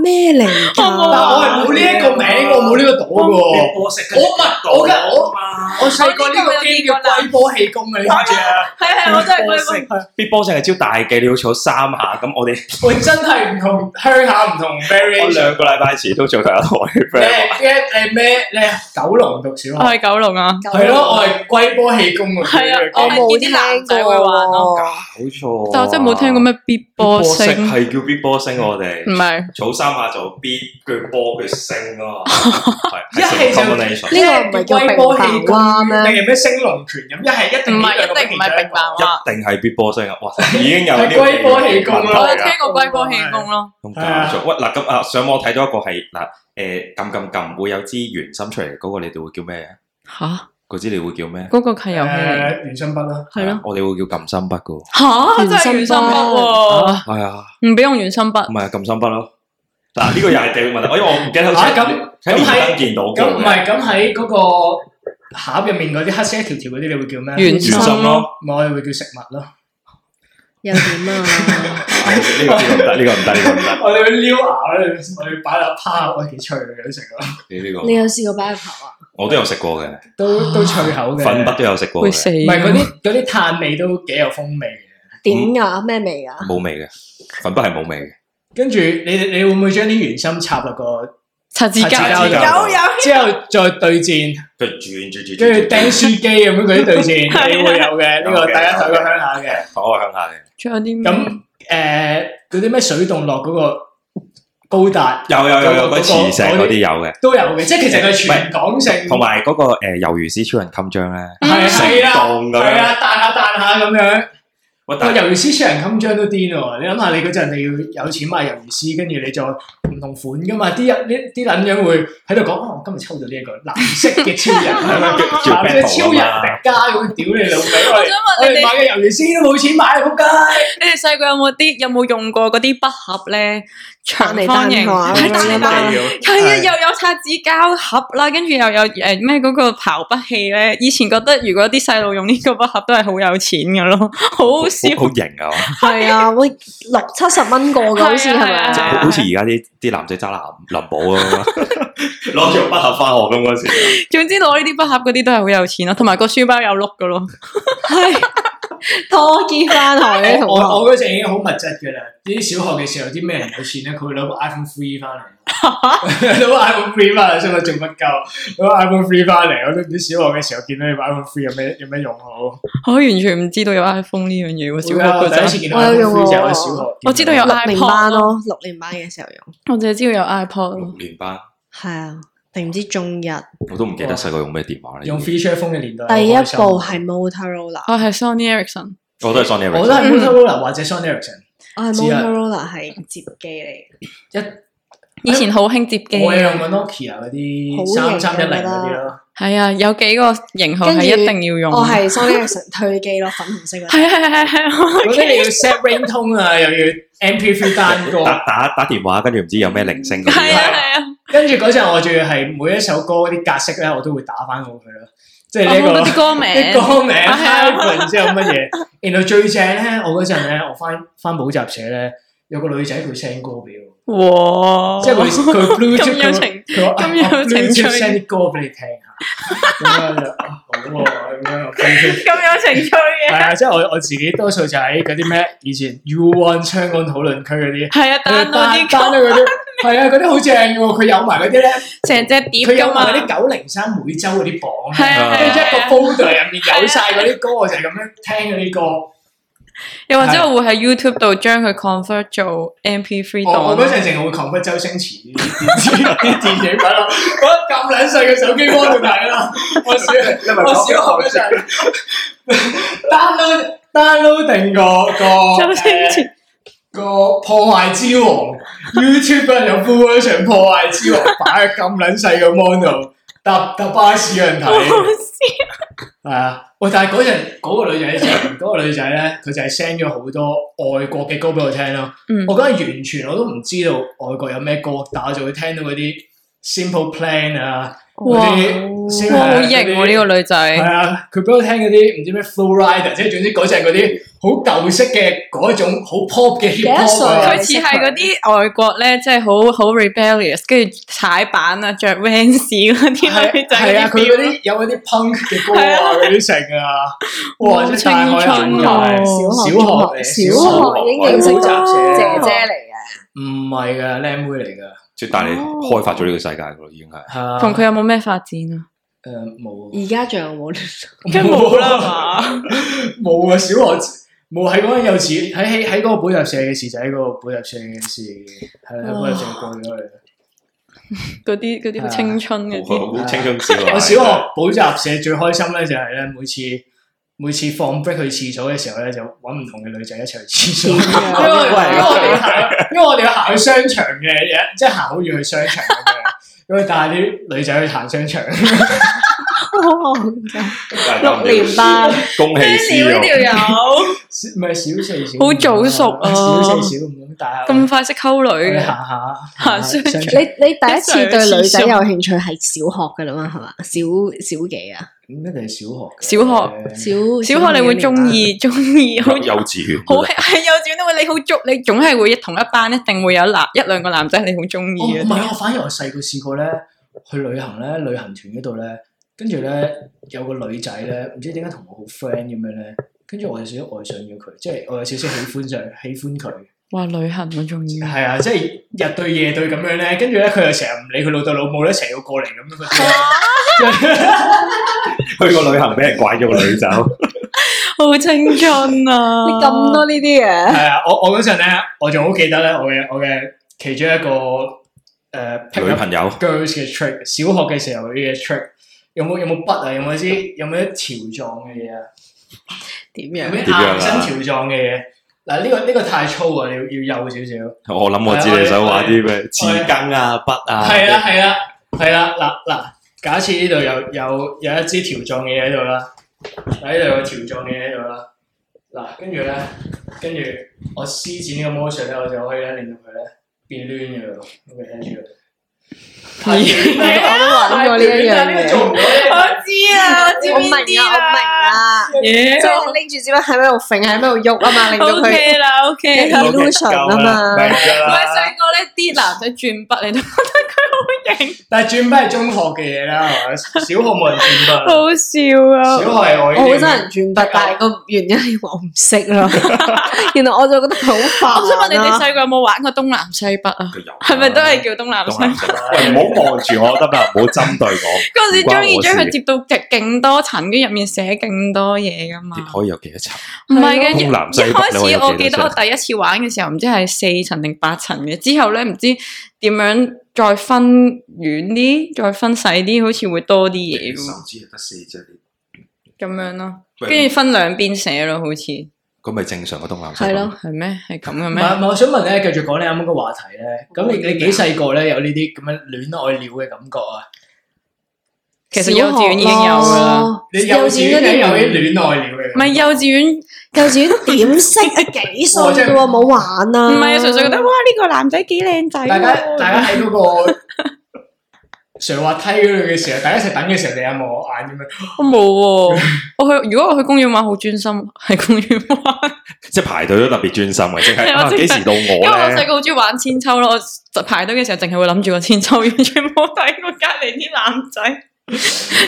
Speaker 1: 咩嚟
Speaker 2: 我冇
Speaker 4: 但
Speaker 2: 啊
Speaker 1: 㗎？
Speaker 4: 我係冇呢一個名，我冇呢個島嘅喎。
Speaker 3: 波色
Speaker 4: 哦我唔係我嘅我
Speaker 2: 哦
Speaker 3: 嘛，
Speaker 4: 我細個呢個 game 叫龜波氣功嘅，你知唔知啊？
Speaker 2: 係係，我真係歸本。
Speaker 3: 必波色係招大忌，你要草三下，咁我哋
Speaker 4: 我真係唔同鄉下唔同
Speaker 3: 我
Speaker 4: variation。
Speaker 3: 兩個禮拜前都做第一台嘅
Speaker 4: 你
Speaker 3: friend 話。
Speaker 4: 你你咩？你係九龍讀小
Speaker 2: 我
Speaker 4: 學？
Speaker 2: 係九龍啊，
Speaker 4: 係咯，我係龜波氣功嘅。
Speaker 2: 係啊
Speaker 4: 呢個
Speaker 1: 我
Speaker 4: game
Speaker 1: 冇
Speaker 2: 呢啲男
Speaker 1: 聽
Speaker 2: 仔會
Speaker 1: 過
Speaker 2: 玩咯
Speaker 1: 喎。
Speaker 3: 冇錯，
Speaker 2: 但我真係冇聽過咩嗯必波
Speaker 3: 色
Speaker 2: 星，
Speaker 3: 係叫必波星，我哋
Speaker 2: 唔係
Speaker 3: 草三下就必佢波佢星咯，係係
Speaker 4: 一係就
Speaker 3: combination
Speaker 1: 呢個唔係叫
Speaker 4: 龜波氣
Speaker 1: 並排
Speaker 4: 功
Speaker 1: 灣啊咩？
Speaker 4: 定係咩星龍拳咁？一係一
Speaker 2: 唔
Speaker 4: 定呢
Speaker 2: 係
Speaker 4: 兩個
Speaker 2: 一定唔係
Speaker 4: 其中
Speaker 2: 並
Speaker 4: 一個
Speaker 2: 辦話。
Speaker 3: 一定係必波星啊！ 哇，已經有呢
Speaker 4: 係龜波氣功
Speaker 2: 我
Speaker 4: 啦
Speaker 2: 有
Speaker 3: 啦
Speaker 2: 聽。過龜波氣功咯，
Speaker 3: 咁搞錯，喂嗱咁啊！上網睇到一個係嗱，誒撳撳撳會有支圓心出嚟嗰個，你哋會叫咩？啊
Speaker 2: 吓
Speaker 3: 嗰支你會叫咩？
Speaker 2: 嗰個係
Speaker 4: Ờ,
Speaker 2: 遊戲嚟，
Speaker 4: 誒，原心筆啦。
Speaker 2: 係咯，
Speaker 3: 啊我哋會叫撳心筆噶。
Speaker 2: 吓真係原心筆喎，
Speaker 3: 係啊，
Speaker 2: 唔俾用原心筆
Speaker 3: 唔，係啊，撳心筆咯。嗱呢個又係地域問題，因為我唔記得好
Speaker 4: 啊
Speaker 3: 似
Speaker 4: 咁
Speaker 3: 喺
Speaker 4: 咁
Speaker 3: 連
Speaker 4: 係
Speaker 3: 登見到過
Speaker 4: 咁唔
Speaker 3: 嘅
Speaker 4: 係咁喺嗰個盒入面嗰啲黑色一條條嗰啲，你會叫咩？
Speaker 2: 原
Speaker 3: 圓心咯。
Speaker 4: 我哋會叫食物咯。
Speaker 1: 又點 啊？
Speaker 3: 呢個呢個唔得，呢個唔得，呢個唔得。
Speaker 4: 我哋會撩牙我哋我哋擺落趴，我幾脆嘅食啊咯，
Speaker 3: 你呢
Speaker 1: 你
Speaker 3: 個
Speaker 1: 有試過擺入頭啊？
Speaker 3: 我都有食過嘅，
Speaker 4: 都都脆口嘅。
Speaker 3: 粉筆都有食過
Speaker 2: 會死啊
Speaker 3: 嘅，
Speaker 4: 唔係嗰啲嗰啲炭味都幾有風味嘅。
Speaker 1: 點噶？咩味噶？
Speaker 3: 冇味嘅，粉筆係冇味嘅。
Speaker 4: 跟住你你會唔會將啲原心插落 個
Speaker 2: 擦指甲，
Speaker 4: 擦指甲
Speaker 2: 有有
Speaker 4: 之後再對戰，
Speaker 3: 佢轉轉轉，
Speaker 4: 跟住釘書機咁樣嗰啲對 戰，
Speaker 2: 係啊
Speaker 4: 你會有嘅呢個第一台嘅鄉下嘅。
Speaker 3: 講我鄉下嘅。
Speaker 2: 仲有啲咩？
Speaker 4: 咁誒嗰啲咩水洞落嗰個高達
Speaker 3: 有有有有嗰啲磁石嗰啲有嘅，
Speaker 4: 都有嘅，即係其實佢全港性，
Speaker 3: 同埋嗰個誒魷魚絲超人襟章咧，
Speaker 2: 嗯
Speaker 4: 係啊
Speaker 3: 成
Speaker 4: 係啊
Speaker 3: 棟咁
Speaker 4: 係
Speaker 3: 樣。
Speaker 4: 啊彈下彈下咁樣。
Speaker 3: 喂，
Speaker 4: 我
Speaker 3: 但係
Speaker 4: 魷魚絲超人襟章都癲喎！你諗下，你嗰陣你要有錢買魷魚絲，跟住你再唔同款噶嘛？啲人呢啲撚樣會喺度講：哦，我今日抽咗呢一個藍色嘅超 人，係咪？
Speaker 3: 叫
Speaker 4: 藍
Speaker 3: battle 啊
Speaker 4: 色超人迪加咁屌你老味！我
Speaker 2: 我
Speaker 4: 哋
Speaker 2: 想問
Speaker 4: 我
Speaker 2: 你
Speaker 4: 哋
Speaker 2: 哋
Speaker 4: 買，嘅魷魚絲都冇錢買，仆街！
Speaker 2: 你哋細個有冇啲有冇用過嗰啲筆盒咧？長方形
Speaker 3: 啊
Speaker 1: 彈嚟彈去
Speaker 2: 係彈嚟彈去係啊，又有擦紙膠盒啦，跟住又有诶咩嗰個刨筆器咧。以前覺得如果啲細路用呢個筆盒都係好有錢嘅咯， 好好笑。
Speaker 3: 好好型啊！
Speaker 1: 係啊，喂，六七十蚊個㗎，好似係咪
Speaker 2: 係啊係
Speaker 1: 啊
Speaker 2: 啊？
Speaker 3: 好似而家啲啲男仔渣男林寶咁啊，攞住個筆盒翻學咁嗰時，
Speaker 2: 總之攞呢啲筆盒嗰啲都係好有錢咯，同埋個書包有碌嘅咯。
Speaker 1: 係拖機翻學嘅
Speaker 4: 我
Speaker 1: 同學。
Speaker 4: 我嗰陣已經好物質嘅啦，啲小學嘅時候，啲咩人有錢咧？佢會攞部 iPhone Three 翻嚟，攞部 iPhone Three 翻嚟，想我做乜鳩？攞部 iPhone Three 翻嚟，我都唔知小學嘅時候見到你 iPhone Three 有咩有咩用好。
Speaker 2: 我完全唔知道有 iPhone 呢樣嘢喎，小
Speaker 4: 會啊
Speaker 2: 學
Speaker 4: 我
Speaker 2: 嗰
Speaker 4: 第一次
Speaker 2: 陣，
Speaker 4: 見到
Speaker 1: 我有
Speaker 4: iPhone
Speaker 1: 用
Speaker 4: Three 就
Speaker 1: 過
Speaker 4: 係小學。
Speaker 2: 我知道有
Speaker 1: 六年班
Speaker 2: iPod 咯
Speaker 1: 咯，六年班嘅時候用，
Speaker 2: 我淨係知道有 iPod
Speaker 3: 六
Speaker 2: 咯。
Speaker 3: 年班
Speaker 1: 係啊，定唔知中日
Speaker 3: 我都唔記得細個用咩電話咧。
Speaker 4: 用 feature phone 嘅年代，
Speaker 1: 第一部
Speaker 4: 啊好開心
Speaker 1: 係 Motorola，
Speaker 2: 我係 Sony Ericsson，
Speaker 3: 我都係 Sony
Speaker 4: 我都
Speaker 1: 嗯
Speaker 3: Ericsson，
Speaker 4: 係 Motorola 或者 Sony Ericsson。
Speaker 1: 我係
Speaker 4: 知啊
Speaker 1: Motorola 係摺機嚟
Speaker 2: 以前好興接機，
Speaker 4: 我係用過 Nokia 嗰啲
Speaker 1: 好型啊
Speaker 4: 三
Speaker 1: 嘅
Speaker 4: 三一零嗰啲咯，
Speaker 2: 係啊，有幾個型號
Speaker 1: 跟住
Speaker 2: 哦係一定要用。
Speaker 1: 嘅，我哦係 Sony Ericsson 推機咯，粉紅色嗰
Speaker 2: 係係啊係係係
Speaker 4: 嗰啲你要 set ringtone 啊，又要 MP3 單 歌。
Speaker 3: 打打打電話，跟住唔知有咩鈴聲嗰啲
Speaker 2: 係啊
Speaker 3: 啊。
Speaker 2: 係啊。
Speaker 4: 跟住嗰陣我仲要係每一首歌啲格式咧，我都會打翻好佢咯，即係
Speaker 2: 我
Speaker 4: 啊
Speaker 1: 哦
Speaker 4: 呢一
Speaker 2: 冇
Speaker 4: 個
Speaker 2: 嗰啲歌名，
Speaker 4: 啲 歌名
Speaker 2: 啊係啊
Speaker 4: hyphen 之後乜嘢，然後最正咧，我嗰陣咧，我翻翻補習社咧，有個女仔佢 send 歌俾我，
Speaker 2: 哇！
Speaker 4: 即係佢 佢 Bluetooth
Speaker 2: 哦有
Speaker 4: 佢
Speaker 2: 情
Speaker 4: 佢話
Speaker 2: 咁有
Speaker 4: 啊我
Speaker 2: 情趣
Speaker 4: Bluetooth send 啲歌俾你聽下，咁樣就啊好喎，咁樣我 Bluetooth
Speaker 2: 咁有情趣
Speaker 4: 係
Speaker 2: 嘅，
Speaker 4: 啊，即係我我自己多數就喺嗰啲咩以前 U One 香港討論區嗰啲。
Speaker 2: 係啊
Speaker 4: 單
Speaker 2: ，download
Speaker 4: 單
Speaker 2: 啲
Speaker 4: 嗰啲，係啊，嗰啲好正嘅喎，佢有埋嗰啲咧，
Speaker 2: 成隻碟
Speaker 4: 佢有
Speaker 2: 㗎
Speaker 4: 埋
Speaker 2: 嘛，
Speaker 4: 嗰啲九零三每周嗰啲榜
Speaker 2: 啊係
Speaker 4: 咧，
Speaker 2: 啊
Speaker 4: 跟住
Speaker 2: 係
Speaker 4: 一個
Speaker 2: 啊，
Speaker 4: folder 入面有晒嗰啲歌，我就係咁樣聽嗰啲歌。
Speaker 2: 又或者我會喺 YouTube 度將佢 convert 做 MP3
Speaker 4: 哦我我嗰陣
Speaker 2: 檔。
Speaker 4: 淨係會 convert 周星馳啲啲 啲電影版咯，我咁撚細嘅手機幫度睇啦。我小我小學嗰陣 download download 定個個
Speaker 2: 周星
Speaker 4: 誒
Speaker 2: 馳
Speaker 4: 個破壞之王 YouTube 嗰陣有 full version 破壞之王擺喺咁撚細個 mon 度，搭搭巴士有人
Speaker 2: 好好
Speaker 4: 睇。
Speaker 2: 笑，
Speaker 4: 系啊，喂！但係嗰陣嗰個女仔就係嗰個女仔咧，佢就係 send 咗好多外國嘅歌俾我聽咯。
Speaker 2: 嗯
Speaker 4: 我嗰陣完全我都唔知道外國有咩歌，但我就會聽到嗰啲 Simple Plan 啊、
Speaker 1: 哦
Speaker 2: 哇
Speaker 4: 嗰啲先
Speaker 2: 哇，好
Speaker 4: 係
Speaker 2: 型喎
Speaker 4: 嗰啲
Speaker 2: 呢個女
Speaker 4: 係
Speaker 2: 仔，
Speaker 4: 啊，佢俾我聽嗰啲唔知咩 flow rider，即係總之嗰隻嗰啲好舊式嘅嗰一種好 pop 嘅 hip
Speaker 1: 有一
Speaker 4: hop
Speaker 1: 首
Speaker 4: 啊
Speaker 2: 佢似係嗰啲外國咧，即係好好 rebellious，跟住踩板啊，着 Vans 嗰啲女仔
Speaker 4: 係啊，
Speaker 2: 嗰
Speaker 4: 佢嗰
Speaker 2: 啲 feel
Speaker 4: 啲有嗰啲 punk 嘅歌啊，嗰啲成 啊，哇！真係大開眼界
Speaker 2: 好
Speaker 1: 小
Speaker 4: 小
Speaker 1: 學、
Speaker 4: 學嚟，
Speaker 1: 小學已經認識
Speaker 4: 補習社
Speaker 1: 姐姐
Speaker 2: 姐
Speaker 1: 嚟嘅。
Speaker 4: 唔係噶，靚妹嚟噶，
Speaker 3: 即係帶你
Speaker 1: 哦
Speaker 3: 開發咗呢個世界噶咯，已經係。
Speaker 4: 係啊
Speaker 2: 同佢有冇咩發展啊？
Speaker 4: 誒冇，啊
Speaker 1: 而家仲有冇聯絡？
Speaker 2: 梗係冇啦嘛，
Speaker 4: 冇啊！小學冇喺嗰間幼稚喺喺喺嗰個補習社嘅事，就喺嗰個補習社嘅事，係啦，喺補習社過咗去。
Speaker 2: 嗰啲嗰啲好青春嗰啲。
Speaker 3: 好好青春少啊！
Speaker 4: 我小學補習社最開心咧，就係咧每次每次放 break 去廁所嘅時候咧，就揾唔同嘅女仔一齊去廁所，因為因為我哋要行，因為我哋要行去商場嘅，即係行好遠去商場咁樣，因為帶啲女仔去行商場，
Speaker 1: 六年班，
Speaker 3: 恭喜啊師
Speaker 2: 呢條
Speaker 3: 友，
Speaker 2: 友
Speaker 4: 唔係小四小五
Speaker 2: 好早熟啊
Speaker 4: 小四小五咁，但係
Speaker 2: 咁快識溝女
Speaker 4: 去
Speaker 2: 嘅，
Speaker 4: 行下
Speaker 2: 行商場
Speaker 1: 你你第一次對女仔有興趣係小學噶啦嘛？係嘛？小小幾啊？
Speaker 4: 咁一定係小學
Speaker 2: 小學
Speaker 4: 嘅，
Speaker 1: 小
Speaker 2: 小學你會中意中意好
Speaker 3: 幼幼稚園，
Speaker 2: 好係幼稚園都會你好中，你總係會同一班一定會有男一兩個男仔你好中意
Speaker 4: 哦，唔
Speaker 2: 嘅。
Speaker 4: 係，我反而我細個試過咧，去旅行咧，旅行團嗰度咧，跟住咧有個女仔咧，唔知點解同我好 friend 咁樣咧，跟住我有少少愛上咗佢，即係我有少少喜歡上喜歡佢，
Speaker 2: 哇，旅行我中意。
Speaker 4: 係啊，即係日對夜對咁樣咧，跟住咧佢又成日唔理佢老豆老母咧，成日要過嚟咁樣嗰啲呢。
Speaker 3: 去個旅行俾人拐咗個女走。
Speaker 2: 好青春啊！
Speaker 1: 你咁 多呢啲嘅，
Speaker 4: 係啊，我我嗰陣咧，我仲好記得咧，我嘅我嘅其中一個誒、呃
Speaker 3: 女
Speaker 4: pick up
Speaker 3: 朋友
Speaker 4: girls 嘅 trick，小學嘅時候嘅 trick，有冇有冇筆啊？有冇啲有冇啲條狀嘅嘢啊？
Speaker 1: 點
Speaker 4: 有
Speaker 1: 樣？
Speaker 4: 啲
Speaker 3: 點樣啊
Speaker 4: 硬身條狀嘅嘢。嗱，呢個呢個太粗啊，要要幼少少。
Speaker 3: 我諗我知你想玩啲咩匙羹啊、筆啊，
Speaker 4: 係啦，係啦，係啦。嗱嗱，假設呢度有有有一支條狀嘅嘢喺度啦，嗱呢度有個條狀嘅嘢喺度啦。嗱，跟住咧，跟住我施展呢個魔術咧，我就可以咧令到佢咧變攣嘅咯。咁佢聽住佢。
Speaker 1: 我都玩過呢一樣
Speaker 4: 呢個
Speaker 1: 嘢。
Speaker 4: 做唔到呢
Speaker 2: 我知啊，我知
Speaker 1: 我
Speaker 2: 邊
Speaker 1: 明
Speaker 2: 啲
Speaker 1: 啊，我明啊，
Speaker 2: 耶
Speaker 1: 即係你拎住支筆喺度揈，喺度喐啊嘛，令到
Speaker 2: ，O
Speaker 1: 佢
Speaker 2: K 啦，O K 啦。
Speaker 1: 有 illusion 啊嘛。
Speaker 4: 明㗎
Speaker 2: 唔
Speaker 4: 啦
Speaker 2: 係細個咧，啲男仔轉筆，你都覺得佢好型，
Speaker 4: 但係轉筆係中學嘅嘢啦，係咪？小學冇人轉筆 啦，
Speaker 2: 好笑
Speaker 4: 小
Speaker 2: 啊！
Speaker 4: 學係我已
Speaker 1: 我好
Speaker 4: 經
Speaker 1: 憎人轉筆，但係個原因係我唔識咯。然後我就覺得佢好
Speaker 2: 我想問你
Speaker 1: 煩
Speaker 2: 哋
Speaker 1: 啊。
Speaker 2: 細個有冇玩過東南西北啊？
Speaker 3: 佢有
Speaker 2: 係咪都係叫東南西
Speaker 3: 東
Speaker 2: 北
Speaker 3: 南？西 北？喂，唔好望住我得啦，唔好針對我。
Speaker 2: 嗰陣時中意將
Speaker 3: 唔
Speaker 2: 佢
Speaker 3: 關我事
Speaker 2: 接到極勁多層，跟住入面寫勁多嘢噶嘛。
Speaker 3: 可以有幾多層？
Speaker 2: 唔係嘅，
Speaker 3: 東南西北
Speaker 2: 一開始
Speaker 3: 你可以
Speaker 2: 我
Speaker 3: 有幾
Speaker 2: 記得
Speaker 3: 多
Speaker 2: 我
Speaker 3: 層
Speaker 2: 第一次玩嘅時候，唔知係四層定八層嘅。之後咧，唔知點樣再分遠啲，再分細啲，好似會多啲嘢㗎嘛
Speaker 3: 指係得四隻，
Speaker 2: 咁樣咯。跟住分兩邊寫咯，好似係
Speaker 3: 咁咪正常嘅東南西
Speaker 1: 係
Speaker 3: 北。
Speaker 1: 咯，
Speaker 2: 咩？哦係咁嘅
Speaker 4: 唔
Speaker 2: 咩？
Speaker 4: 係唔係，我想問咧，繼續講你啱啱個話題咧，咁你你幾細個咧有呢啲咁樣戀愛了嘅感覺啊？
Speaker 2: 其實幼稚園已經有噶啦，
Speaker 4: 你幼稚園已經有啲
Speaker 1: 啲，
Speaker 4: 戀愛了嘅
Speaker 2: 唔係
Speaker 4: 感覺，
Speaker 2: 幼稚園，
Speaker 1: 幼稚園點識啊？幾歲
Speaker 4: 哇真
Speaker 1: 嘅
Speaker 4: 係
Speaker 1: 喎，冇玩啊！
Speaker 2: 唔係啊，純粹覺得哇呢個男仔幾靚仔
Speaker 4: 大家大家
Speaker 2: 喎。
Speaker 4: 喺嗰個 上滑梯嗰度嘅時候，大家一齊等嘅時候，你有冇我眼咁樣？
Speaker 2: 我哦冇喎， 我去如果我去公園玩好專心，喺公園玩。
Speaker 3: 即係排隊都特別專心嘅，即係
Speaker 2: 係我
Speaker 3: 啊
Speaker 2: 知
Speaker 3: 幾時到
Speaker 2: 因為我
Speaker 3: 我
Speaker 2: 細
Speaker 3: 咧？
Speaker 2: 個好中意玩千秋咯，我排隊嘅時候淨係會諗住個千秋，完全冇睇過隔籬啲男 仔。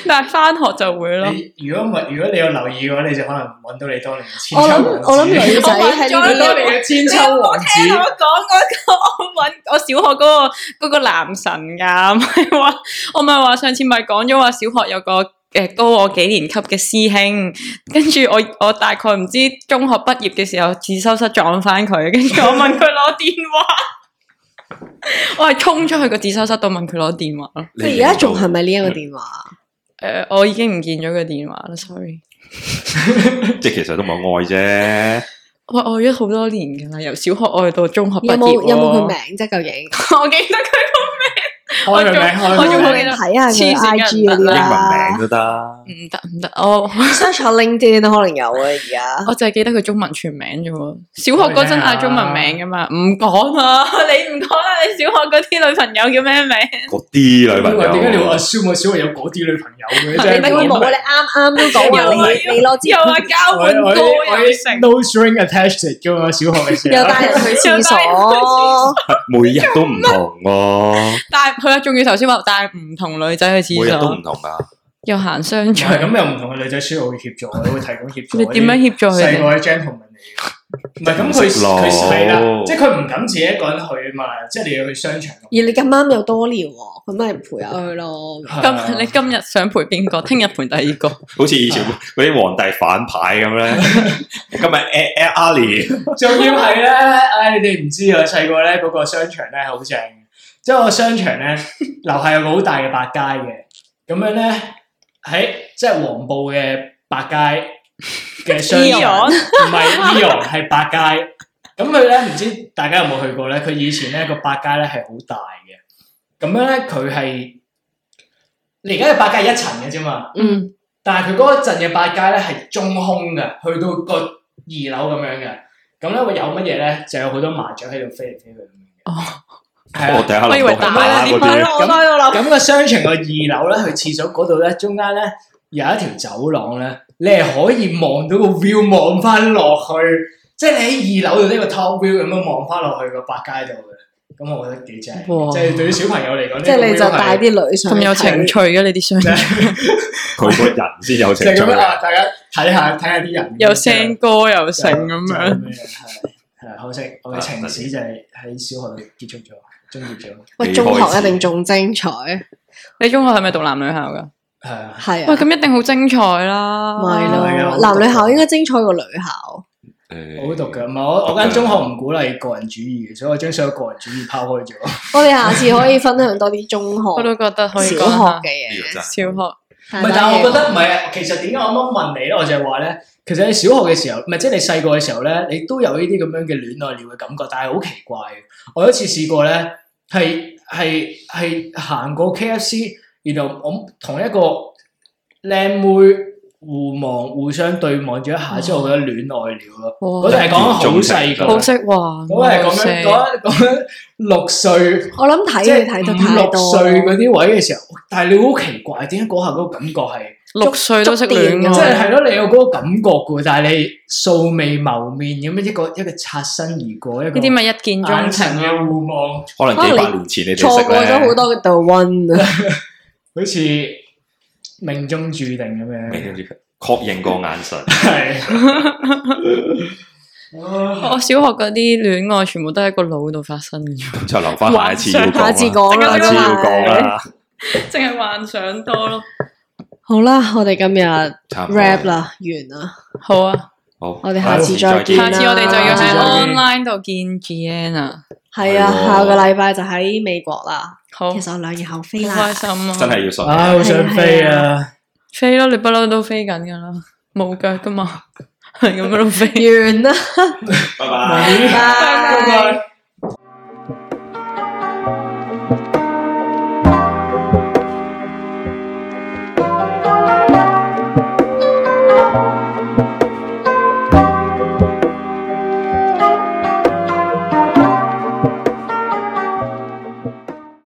Speaker 2: 但係翻學就會咯，
Speaker 4: 你如果唔係，如果你有留意嘅話，你就可能揾到你當年嘅千秋
Speaker 1: 我諗
Speaker 4: 王子。
Speaker 1: 我諗女仔係呢
Speaker 2: 我問
Speaker 4: 你
Speaker 1: 啲
Speaker 2: 咗
Speaker 4: 當年嘅千秋王子，
Speaker 2: 聽我講嗰、個，我搵我小學嗰、個嗰個男神噶， 唔係話我咪話上次咪講咗話小學有個誒高我幾年級嘅師兄，跟住我我大概唔知中學畢業嘅時候自修室撞翻佢，跟住我問佢攞電話， 我係衝出去個自修室度問佢攞電話咯。
Speaker 1: 佢而家仲係咪呢一個電話？
Speaker 2: 诶、我已經唔見咗個電話啦，sorry。
Speaker 3: 即係其實都冇愛啫。
Speaker 2: 我愛咗好多年噶啦，由小學愛到中學
Speaker 1: 有
Speaker 2: 畢業
Speaker 1: 冇
Speaker 2: 喎
Speaker 1: 有冇佢？名啫？究竟
Speaker 2: 我記得佢
Speaker 4: 開佢名，開
Speaker 2: 我仲
Speaker 4: 佢
Speaker 2: 好
Speaker 4: 名
Speaker 2: 記。得
Speaker 1: 睇下
Speaker 2: 黐
Speaker 1: 佢
Speaker 2: 線
Speaker 1: I
Speaker 2: 嘅
Speaker 1: G 嗰啲
Speaker 3: 英文
Speaker 1: 啦
Speaker 3: 名。都得，
Speaker 2: 唔得唔得，我
Speaker 1: search 下 LinkedIn 都可能有啊，而家
Speaker 2: 我就係記得佢中文全名啫喎。小學嗰陣嗌中文名噶
Speaker 1: 哦
Speaker 2: 嘛，唔講啊， 你唔講啦，你小學嗰啲女朋友叫咩名？
Speaker 3: 嗰啲女朋
Speaker 4: 點解你會
Speaker 3: 友，
Speaker 4: assume 我小學有嗰啲女朋友嘅？
Speaker 2: 你
Speaker 4: 真
Speaker 2: 得
Speaker 4: 係
Speaker 2: 我
Speaker 1: 你
Speaker 4: 冇
Speaker 1: 冇啊你啱啱都講話
Speaker 2: 又
Speaker 1: 你你攞支
Speaker 2: 又話交換歌又成，
Speaker 4: no string attached 噶嘛，小學嘅時
Speaker 1: 又
Speaker 4: 候。
Speaker 1: 帶人去廁
Speaker 2: 又帶人去
Speaker 1: 所，
Speaker 3: 每日都唔同喎，
Speaker 2: 但係佢啊，仲要頭先話帶唔同女仔去
Speaker 3: 每日
Speaker 2: 廁
Speaker 3: 都唔
Speaker 2: 所，
Speaker 3: 同噶。
Speaker 2: 又行商
Speaker 4: 唔
Speaker 2: 場
Speaker 4: 係， 啊咁，又唔同嘅女仔需要我會協助，我會提供協助。
Speaker 2: 你點樣協助佢
Speaker 4: 細
Speaker 2: 哋？
Speaker 4: 個嘅 gentleman 嚟嘅，唔係咁佢
Speaker 3: 唔識路
Speaker 4: 佢係啦，即係佢唔敢自己一個人去嘛，即係你要去商場。
Speaker 1: 而你咁啱又多聊喎，咁咪唔陪下佢咯。
Speaker 4: 啊
Speaker 2: 今你今日想陪邊個？聽日陪第二個。
Speaker 3: 好似以前
Speaker 4: 啊
Speaker 3: 嗰啲皇帝反派 咁咧，今日 Air Ali
Speaker 4: 仲要係咧，唉，你哋唔知啊！細個咧嗰個商場咧好正嘅，即係我商場咧樓下有個好大嘅百佳嘅，咁樣咧喺即係黃埔嘅百佳嘅商場，
Speaker 2: Eon
Speaker 4: 唔係 Eon 係百佳。咁佢咧唔知大家有冇去過咧？佢以前咧個百佳咧係好大嘅，咁樣咧佢係你而家嘅百佳係一層嘅啫嘛。
Speaker 2: 嗯，
Speaker 4: 但係佢嗰一陣嘅百佳咧係中空嘅，去到個二樓咁樣嘅。咁咧會有乜嘢咧？就有好多麻雀喺度飛嚟飛去咁
Speaker 2: 哦，
Speaker 4: 樣嘅。
Speaker 3: 我第一下
Speaker 2: 我以為
Speaker 1: 啊
Speaker 3: 諗到
Speaker 2: 打啦，
Speaker 3: 係打
Speaker 2: 點
Speaker 3: 嗰
Speaker 2: 解咯？
Speaker 3: 啲，
Speaker 2: 我都喺度
Speaker 1: 哦
Speaker 2: 諗。
Speaker 4: 啊咁個商場個二樓咧，去廁所嗰度咧，中間咧有一條走廊咧，你係可以望到個 view 望翻落去，即係你喺二樓度呢個 top view 咁樣望翻落去個百佳度嘅。咁我覺得幾正，
Speaker 2: 哇
Speaker 4: 即係對於小朋友嚟講，
Speaker 1: 即係你就帶
Speaker 4: 大
Speaker 1: 啲女上去
Speaker 2: 咁有
Speaker 1: 睇
Speaker 2: 情趣嘅你啲商場，
Speaker 3: 佢個人先有
Speaker 4: 就
Speaker 3: 情
Speaker 4: 係
Speaker 3: 趣
Speaker 4: 咁樣啊！
Speaker 3: 嘅。
Speaker 4: 大家睇下睇下啲人
Speaker 2: 又聲歌
Speaker 4: 啊
Speaker 2: 又成咁樣。
Speaker 4: 樣。係係可惜我嘅情史就係喺小學度結束咗，終結咗。
Speaker 1: 喂，中學一定仲精彩，
Speaker 2: 你中學係咪讀男女校噶？
Speaker 4: 係啊，
Speaker 1: 係
Speaker 2: 喂，
Speaker 1: 啊，
Speaker 2: 咁一定好精彩啦！
Speaker 1: 咪
Speaker 4: 係啊
Speaker 1: 咯，男女校應該精彩過女校，
Speaker 4: 我好讀嘅，唔係我我間中學唔鼓勵個人主義嘅，所以我將所有個人主義拋開咗。
Speaker 1: 我哋下次可以分享多啲中
Speaker 2: 我
Speaker 1: 學、
Speaker 2: 都覺得
Speaker 1: 小
Speaker 2: 可以
Speaker 1: 學
Speaker 2: 講下
Speaker 1: 嘅嘢。
Speaker 3: 呢
Speaker 2: 小學
Speaker 4: 唔係，但係我覺得唔係啊。其實點解我啱啱問你咧？我就係話咧，其實你小學嘅時候，唔係即係你細個嘅時候咧，你都有呢啲咁樣嘅戀愛了嘅感覺，但係好奇怪嘅。我有一次試過咧，係係係行過 K F C，然後我同一個靚妹互望、互相對望咗一下之後，我覺得戀愛了咯。嗰
Speaker 2: 哇
Speaker 4: 度，係講緊好細個，
Speaker 2: 哦好識玩，
Speaker 4: 嗰個係
Speaker 2: 好
Speaker 4: 講緊
Speaker 2: 識
Speaker 4: 講緊講緊六歲。
Speaker 1: 我諗睇
Speaker 4: 即係
Speaker 1: 你睇得
Speaker 4: 五
Speaker 1: 太
Speaker 4: 六
Speaker 1: 多，
Speaker 4: 歲嗰啲位嘅時候，但係你會好奇怪，點解嗰下嗰個感覺係，
Speaker 2: 六歲都識戀
Speaker 1: 哦
Speaker 4: 即係
Speaker 2: 愛，
Speaker 4: 係咯，你有嗰個感覺嘅，但係你素未謀面咁樣一個一個擦身而過，一個
Speaker 2: 呢啲咪一見
Speaker 4: 眼
Speaker 2: 鍾
Speaker 4: 神啊
Speaker 2: 情
Speaker 4: 嘅
Speaker 2: 咯。
Speaker 4: 互望，
Speaker 3: 可能幾百年前你哋
Speaker 1: 錯過咗好多
Speaker 3: 多。
Speaker 1: 嘅 the one 啊！
Speaker 4: 好似命中注定咁樣，
Speaker 3: 確認過眼神，
Speaker 4: 係。
Speaker 2: 我小學嗰啲戀愛全部都喺個腦度發生嘅，
Speaker 3: 咁就留翻下一次要講
Speaker 4: 啊
Speaker 3: 啦。
Speaker 1: 下次講啊啦，
Speaker 3: 下次要講啦，
Speaker 2: 淨係幻想多咯。
Speaker 1: 好啦，我哋今日
Speaker 3: 差唔多
Speaker 1: rap。啦，完啦，
Speaker 2: 好啊，
Speaker 3: 好，
Speaker 1: 我哋下次再見啦
Speaker 2: 下次我哋就要喺
Speaker 4: 下次再見
Speaker 2: online 度見 Gianna。
Speaker 1: 係啊，
Speaker 3: 係喎
Speaker 1: 下個禮拜就喺美國啦。
Speaker 2: 好，
Speaker 1: 其
Speaker 2: 好
Speaker 1: 實我兩日後飛啦
Speaker 2: 開，心啊！
Speaker 3: 真係要信。
Speaker 4: 啊，好想飛啊！
Speaker 2: 飛咯，你不嬲都飛緊噶啦，冇腳 噶嘛，係咁樣都飛。
Speaker 1: 完啦，
Speaker 3: 拜
Speaker 4: 拜
Speaker 3: 拜。
Speaker 1: 拜
Speaker 4: 拜拜。